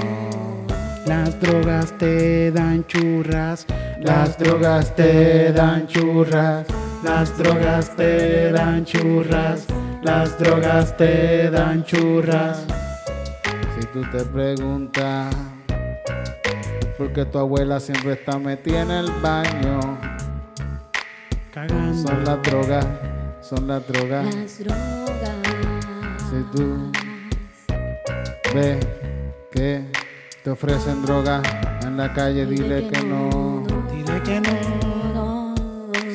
Las drogas te dan churras, las drogas te dan churras, las drogas te dan churras, las drogas te dan churras. Si tú te preguntas porque tu abuela siempre está metida en el baño, Cagando. son las drogas, son las drogas. Si tú ves que te ofrecen drogas en la calle, dile que no. Dile que no,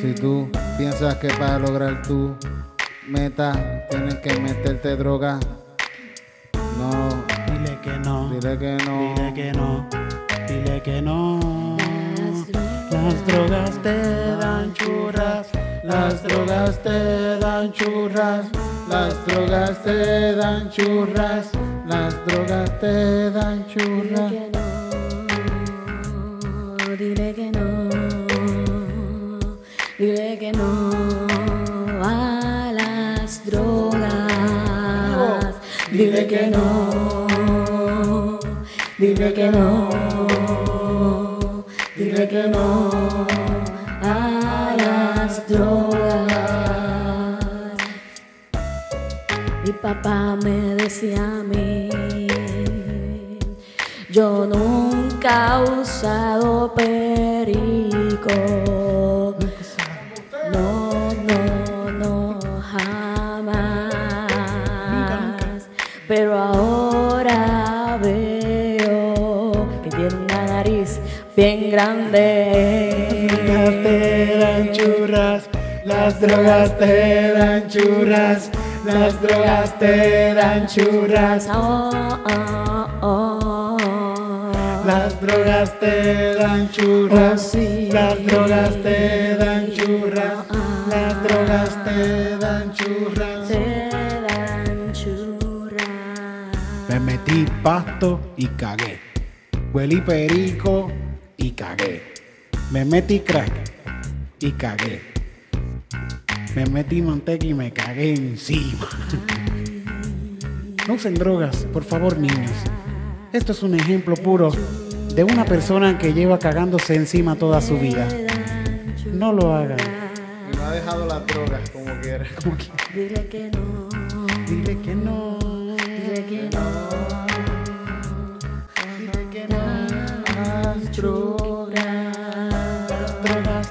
Si tú piensas que para lograr tu meta tienes que meterte droga, no, dile que no. dile que no. Dile que no, dile que no. Las drogas te dan churras, las, Las drogas te dan churras, las drogas te dan churras, las drogas te dan churras. Dile que no, dile que no, dile que no a las drogas. Dile que no, dile que no, dile que no a las drogas. Mi papá me decía a mí, yo nunca he usado perico. No, no, no, jamás. Pero ahora veo que tiene una nariz bien drogas te dan grande. churras, las drogas te dan churras, las drogas te dan churras, Oh, oh, oh, oh. las drogas te dan churras, las drogas te dan churras, las drogas te dan churras. Te dan churras. Me metí pasto y cagué. Huelí perico y cagué. Me metí crack y cagué. Me metí manteca y me cagué encima. No usen drogas, por favor, niños. Esto es un ejemplo puro de una persona que lleva cagándose encima toda su vida. No lo hagan. Y no ha dejado las drogas como quiera. Dile que no, Dile que no. dile que no. Dile que no. Drogas. Las drogas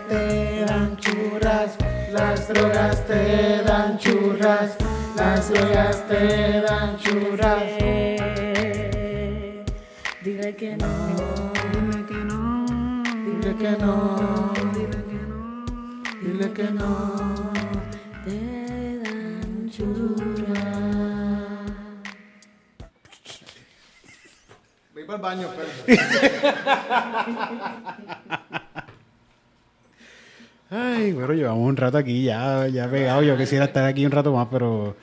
te dan churras, las drogas te dan churras, las drogas te dan churras. Dile que no, Dile que no, dile que no, dile que no, dile que no. te dan churras. Voy para el baño, espérate. Ay, bueno, llevamos un rato aquí ya, ya pegado. Yo quisiera estar aquí un rato más, pero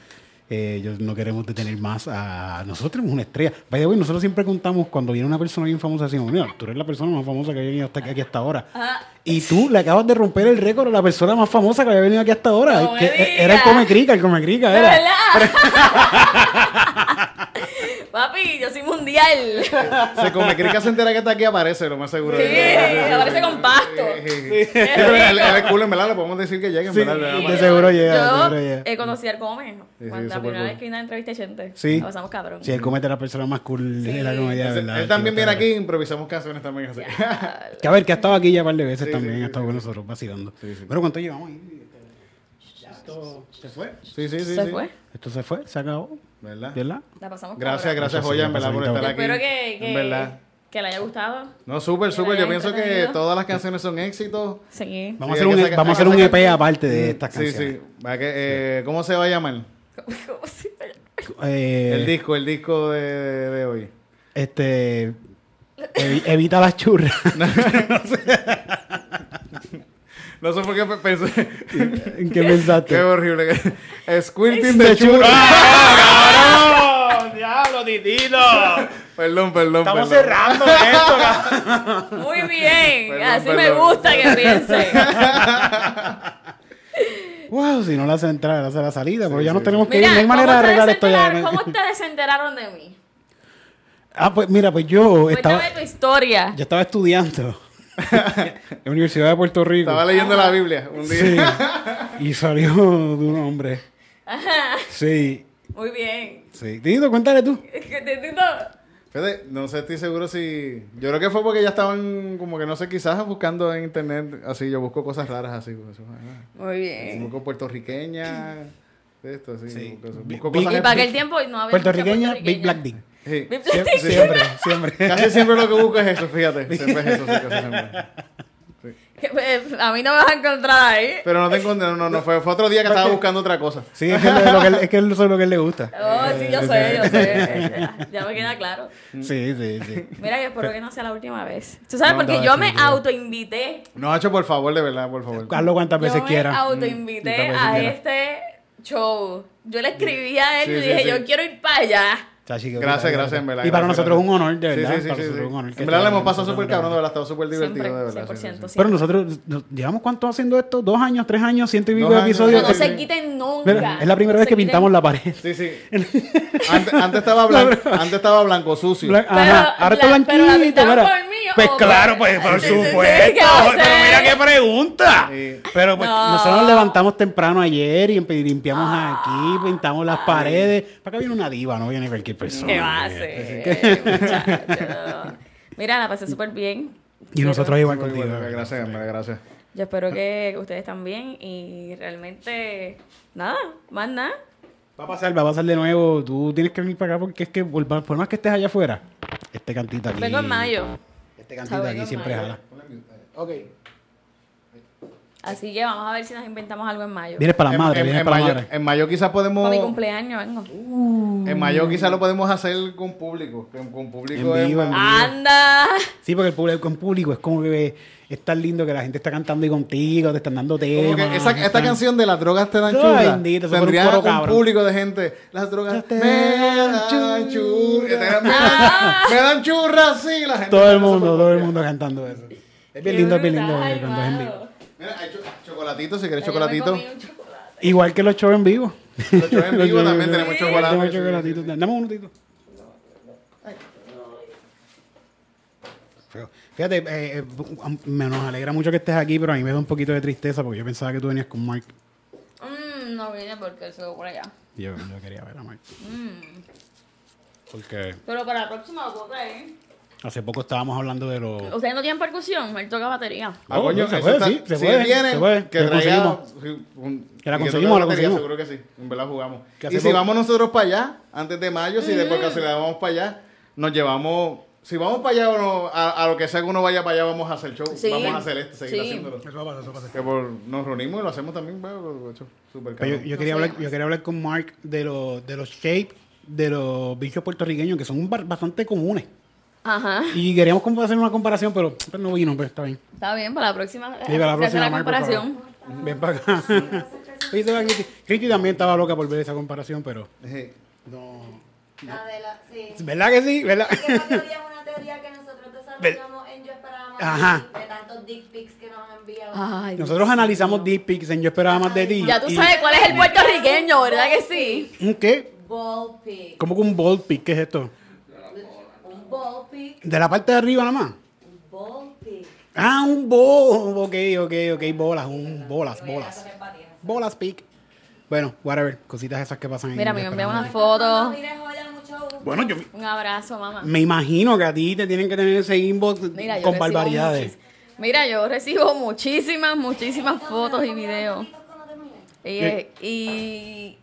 eh, yo- no queremos detener más a nosotros tenemos una estrella. By the way, nosotros siempre contamos cuando viene una persona bien famosa, decimos, mira, tú eres la persona más famosa que ha venido hasta aquí hasta ahora. Ah. Y tú le acabas de romper el récord a la persona más famosa que había venido aquí hasta ahora. No me Que e- era el digas. Comecrica, el Comecrica ¿De era. verdad? Papi, yo soy mundial. Se come, cree que se entera que está aquí, aparece, lo más seguro. Sí, aparece con pasto. Sí, pero el, el culo, en verdad, le podemos decir que llegue, en Sí, verdad. nada de más. seguro llega, de Yo seguro llega. eh, conocí al Come. sí, Cuando la súper primera cool. vez que vine a la entrevista de gente. Sí. La pasamos cabrón. Sí, el Cometa era la persona más cool de la comedia, de Él- ¿verdad? Él también Sí, viene aquí, improvisamos canciones también. Así. Que a ver, que ha estado aquí ya un par de veces Sí, también, sí, ha sí, estado sí, con nosotros vacilando. Sí, sí. Pero ¿cuánto llevamos ahí? Esto se fue. Sí, sí, sí. ¿Se sí. fue? Esto se fue, se acabó, ¿Verdad? ¿verdad? La pasamos Gracias, cabrón. gracias, Muchas Joya, en verdad, por gracias, estar aquí. Espero que, En verdad. que, que le haya gustado. No, súper, Que súper. la Yo hayan pienso que entretenido. todas las canciones son éxitos. Sí. Vamos Sí, a hay que hacer un, sacar- vamos a hacer hay un que EP sacar- aparte de estas Sí, canciones. sí. Va que, eh, ¿Cómo se va a llamar? ¿Cómo se Eh, El disco, el disco de, de- de hoy. Este. evi- evita las churras. No sé por qué pe- pensé. ¿En qué pensaste? Qué horrible. Squirting De de churro. churro. ¡Diablo, titito! Perdón, perdón. Estamos perdón. cerrando esto, cabrón. Muy bien. Perdón, Así me perdón. gusta que piensen. Wow, si no la hace entrar, la hace la salida, pero ya no tenemos que ir. Mira, No hay ¿cómo manera de ustedes arreglar se esto ya. enteraron- ¿Cómo ustedes se enteraron de mí? Ah, pues mira, pues yo estaba, Cuéntame tu historia. yo estaba estudiando en la Universidad de Puerto Rico. Estaba leyendo la Biblia un día. Sí. Y salió de un hombre. Sí, Muy bien. sí. Tito, cuéntale tú. Es que te entiendo. Fíjate, no sé, estoy seguro si. Yo creo que fue porque ya estaban, como que no sé, quizás buscando en internet. Así, yo busco cosas raras así. pues, eso, ah. Muy Eh. bien. Busco puertorriqueña. Esto, así. Busco, eso. Bi- Busco bi- Y cosas. para aquel tiempo no había Puertorriqueña, mucha Big Black Dick. Sí. Big Black Siempre, Dick. siempre, siempre. Casi siempre lo que busco es eso, fíjate. Siempre es eso, sí, casi siempre. Que, eh, A mí no me vas a encontrar ahí. Pero no te encontré, no, no, no, fue, fue otro día que estaba buscando otra cosa. Sí, es que, lo- lo que él- es que eso es lo que él le gusta. Oh, sí, eh, yo sé, yo sé. Ya me queda claro. Sí, sí, sí. Mira, yo espero que no sea la última vez. Tú sabes, No, porque no, yo me definitivo. autoinvité. No, hecho, por favor, de verdad, por favor. Hazlo cuantas Yo veces me quiera. autoinvité Mm, cuantas a veces este show. Yo le escribí a él Sí, y sí, dije, sí. yo quiero ir para allá. Chachi, que- Gracias, gracias, en verdad. Y para gracias, nosotros es un gracias. honor, de verdad. Sí, para sí, sí, sí, nosotros es un honor. sí. Que En verdad le hemos tenemos pasado nosotros súper un cabrón, de honor. verdad, ha estado súper divertido, Siempre, de verdad. sí, 100%. sí, sí. siempre. Pero nosotros, nos- ¿llevamos cuánto haciendo esto? ¿Dos años, tres años, ciento y pico Dos de años, episodios? no sí, se sí. quiten nunca. Mira, es la primera No vez se que quiten. pintamos la pared. Sí, sí. Antes, antes estaba blanco, antes estaba blanco sucio. Blan- Pero Ajá, ahora está la- pero la blanquito, pintaron mira. por mí, Pues ¿o claro, por- pues por Sí, sí, sí, ¿qué supuesto. va a Pero mira ser? qué pregunta. Sí. Pero pues No. Ah. nosotros nos levantamos temprano ayer y empe- limpiamos aquí, pintamos las paredes. Para acá viene una diva, no viene cualquier persona. ¿Qué va a hacer, muchacho? Mira, la pasé súper bien. Y nosotros igual Muy contigo. bueno, gracias, en verdad, gracias. Yo espero que ustedes también y realmente nada, más nada. Va a pasar, va a pasar de nuevo. Tú tienes que venir para acá porque es que por, por más que estés allá afuera, este cantito aquí. Vengo en mayo. Este cantito Ah, vengo aquí en siempre mayo. jala. Así que vamos a ver si nos inventamos algo en mayo. Vienes para la En- madre, en, vienes en para la mayo, madre. en mayo quizás podemos. Para mi cumpleaños vengo. Mm. En mayo quizás lo podemos hacer con público. Con, con público En es vivo, más- en ¡Anda! Sí, porque el público en público es como que es tan lindo que la gente está cantando y contigo, te están dando Como temas. que esa- esta están- canción de las drogas te dan Ay, chula bendito, eso fue un tendría coro un, cabrón. público de gente las drogas Te te dan dan chula me, dan- Ah. me dan churras sí la gente Todo el hace mundo, por todo el porquería. mundo cantando eso. Es bien Qué lindo, es bien lindo brutal, ver cuando es en mano. vivo. mira hay cho- chocolatito si quieres Ya yo me chocolatito comí un chocolate. Igual que los shows en vivo. los shows en vivo también Tenemos tenemos chocolate chocolatitos. Dame un minutito. Pero, Fíjate, eh, eh, me nos alegra mucho que estés aquí, pero a mí me da un poquito de tristeza porque yo pensaba que tú venías con Mark. Mm, no vine porque se fue por allá. Y Yo, yo quería ver a Mark. Mm. Porque Pero para la próxima lo puedo traer. hace poco estábamos hablando de los... ¿Ustedes no tienen percusión? Él toca batería. Ah, coño, Oh, se eso puede, está- sí, se si puede, vienen, se puede. que Lo traiga- un- Que la y toque conseguimos, la batería, conseguimos. Seguro que sí, en verdad jugamos. Que Y hace si poco- vamos nosotros para allá, antes de mayo, si de por casualidad vamos para allá, nos llevamos. Si vamos para allá o no, a, a lo que sea que uno vaya para allá, vamos a hacer show. Sí. Vamos a hacer esto, seguir Sí. haciéndolo. Eso va a pasar, eso va a pasar. Que por, nos reunimos y lo hacemos también, bueno, lo- lo hecho, súper Pero Pues yo, cabrón. yo quería hablar, yo quería hablar con Mark de los, de los shapes de los bichos puertorriqueños que son bar- bastante comunes. Ajá. Y queríamos compa- hacer una comparación, pero pues, no vino, pero está bien. Está bien, para la próxima. Sí, para la Eh, se próxima, hace la Mark, por comparación. favor. Ven para acá. Oye, te va, Cristi. Cristi también estaba loca por ver esa comparación, pero Ejé. no. La de la, sí. ¿Verdad que sí? ¿Verdad? Es que esa teoría es una teoría que nosotros desarrollamos en Yo Esperaba Más Ajá. de ti, de tantos dick pics que nos han enviado. Ay, Nosotros analizamos Deep Pics en Yo Esperaba Más de Ti. Ya tú y- sabes cuál es el puertorriqueño, ¿verdad que sí? ¿Un qué? Ball pic. ¿Cómo que un ball pic? ¿Qué es esto? Un ball pic. ¿De la parte de arriba nada más? Un ball pic. Ah, un bol. Ok, ok, ok. Bolas, un bolas, bolas. Bolas pic. Bueno, whatever. Cositas esas que pasan en Mira, Yo me envía Esperaba Más una de Ti. No foto. mires joya mucho gusto. Bueno, yo Un abrazo, mamá. me imagino que a ti te tienen que tener ese inbox Mira, yo Mm, con recibo barbaridades. muchis- Mira, yo recibo muchísimas, muchísimas fotos y videos. Y, eh, y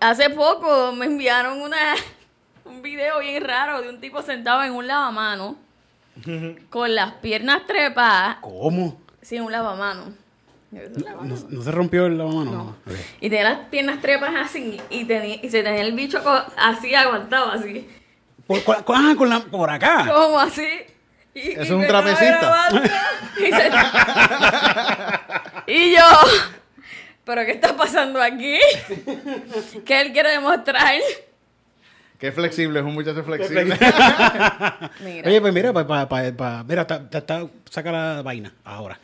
hace poco me enviaron una, un video bien raro de un tipo sentado en un lavamano con las piernas trepadas. ¿Cómo? Sí, un lavamano. Es un ¿No, lavamano. no se rompió el lavamano? No. Ok. Y tenía las piernas trepas así y, tenía, y se tenía el bicho co- así aguantado, así. Por, cua- cua- ah, con la- por acá. Como así. Y, Es y un me trapecista. estaba grabando, Y, se- y yo, ¿pero qué está pasando aquí? ¿Qué él quiere demostrar? Qué flexible, es un muchacho flexible. Mira, Oye, pues mira, pa, pa- pa- pa- mira, ta- ta- ta- saca la vaina ahora.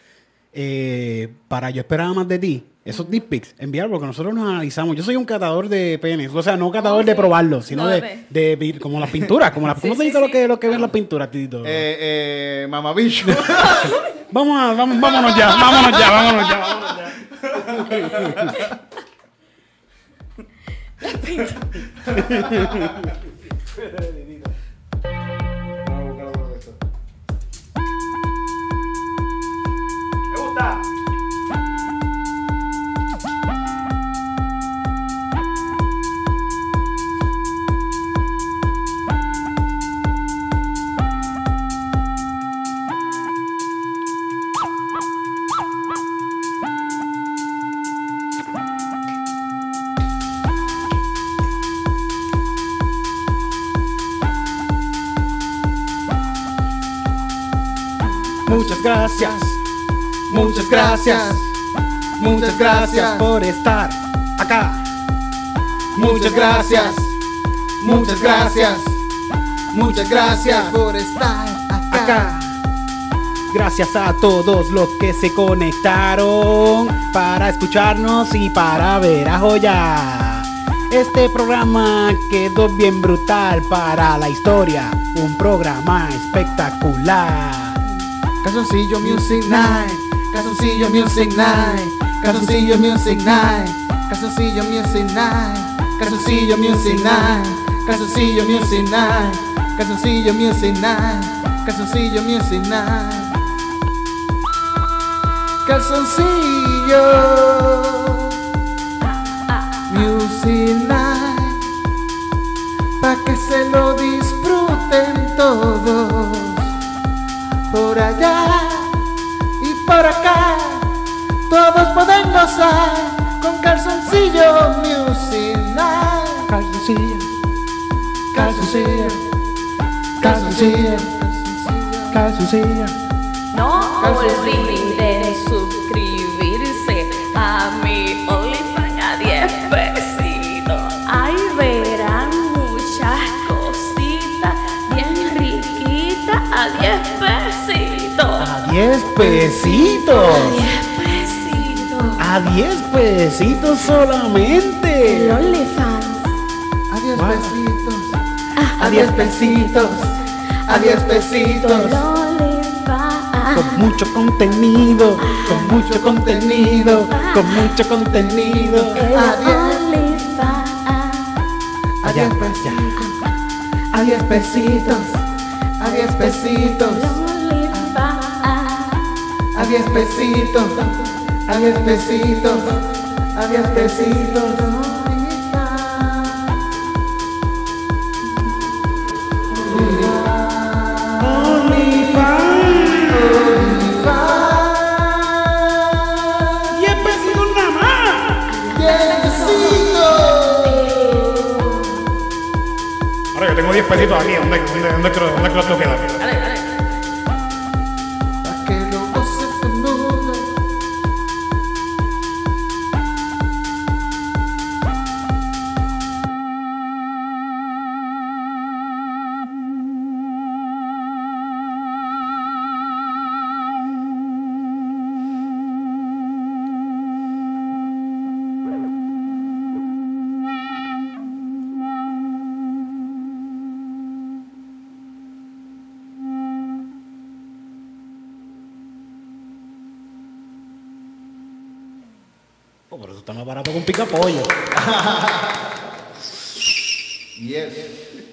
Eh, para yo esperaba más de ti, esos dick pics, enviar porque nosotros nos analizamos. Yo soy un catador de penes, o sea, no catador de probarlos, sino No, de, de- de vi- como las pinturas, como las, Sí, ¿cómo se sí, dice sí. lo que lo que ven las pinturas, Titito? eh, eh, mamabicho. Vamos, a- vamos, vámonos ya, vámonos ya, vámonos ya, vámonos ya. Muchas gracias. Muchas gracias. Muchas gracias por estar acá. Muchas gracias. Muchas gracias. Muchas gracias por estar acá. Gracias a todos los que se conectaron para escucharnos y para ver a Joya. Este programa quedó bien brutal para la historia. Un programa espectacular. Calzoncillo Music Night, Calzoncillo Music Night, Calzoncillo Music Night, Calzoncillo Music Night, Calzoncillo Music Night, Calzoncillo Music Night, Calzoncillo Music Night, Calzoncillo Music Night. Calzoncillo Music Night, pa' que se lo disfruten todos por allá y por acá. Todos pueden gozar con calzoncillo music night. Calzoncillo, calzoncillo, calzoncillo, calzoncillo. No olviden de suscribirse a mi OnlyFans a 10 pesitos. Ahí verán muchas cositas bien riquitas a 10 pesitos. A 10 pesitos. A A 10 pesitos. 10 pesitos El solamente. OnlyFans. Adiós, besitos. A 10 pesitos. A 10 pesitos. El OnlyFans. Con mucho contenido, con mucho contenido, con mucho contenido. El Ah. OnlyFans. A 10 pesitos. A diez pesitos, a diez pesitos, El OnlyFans. a diez pesitos, a diez pesitos, a diez pesitos. Ahora yo tengo 10 pesitos aquí, ¿dónde, dónde, dónde, creo- dónde creo que lo queda? Pa' que lo goce tu mundo. Oh, pero eso está más barato que un pica pollo. Yes.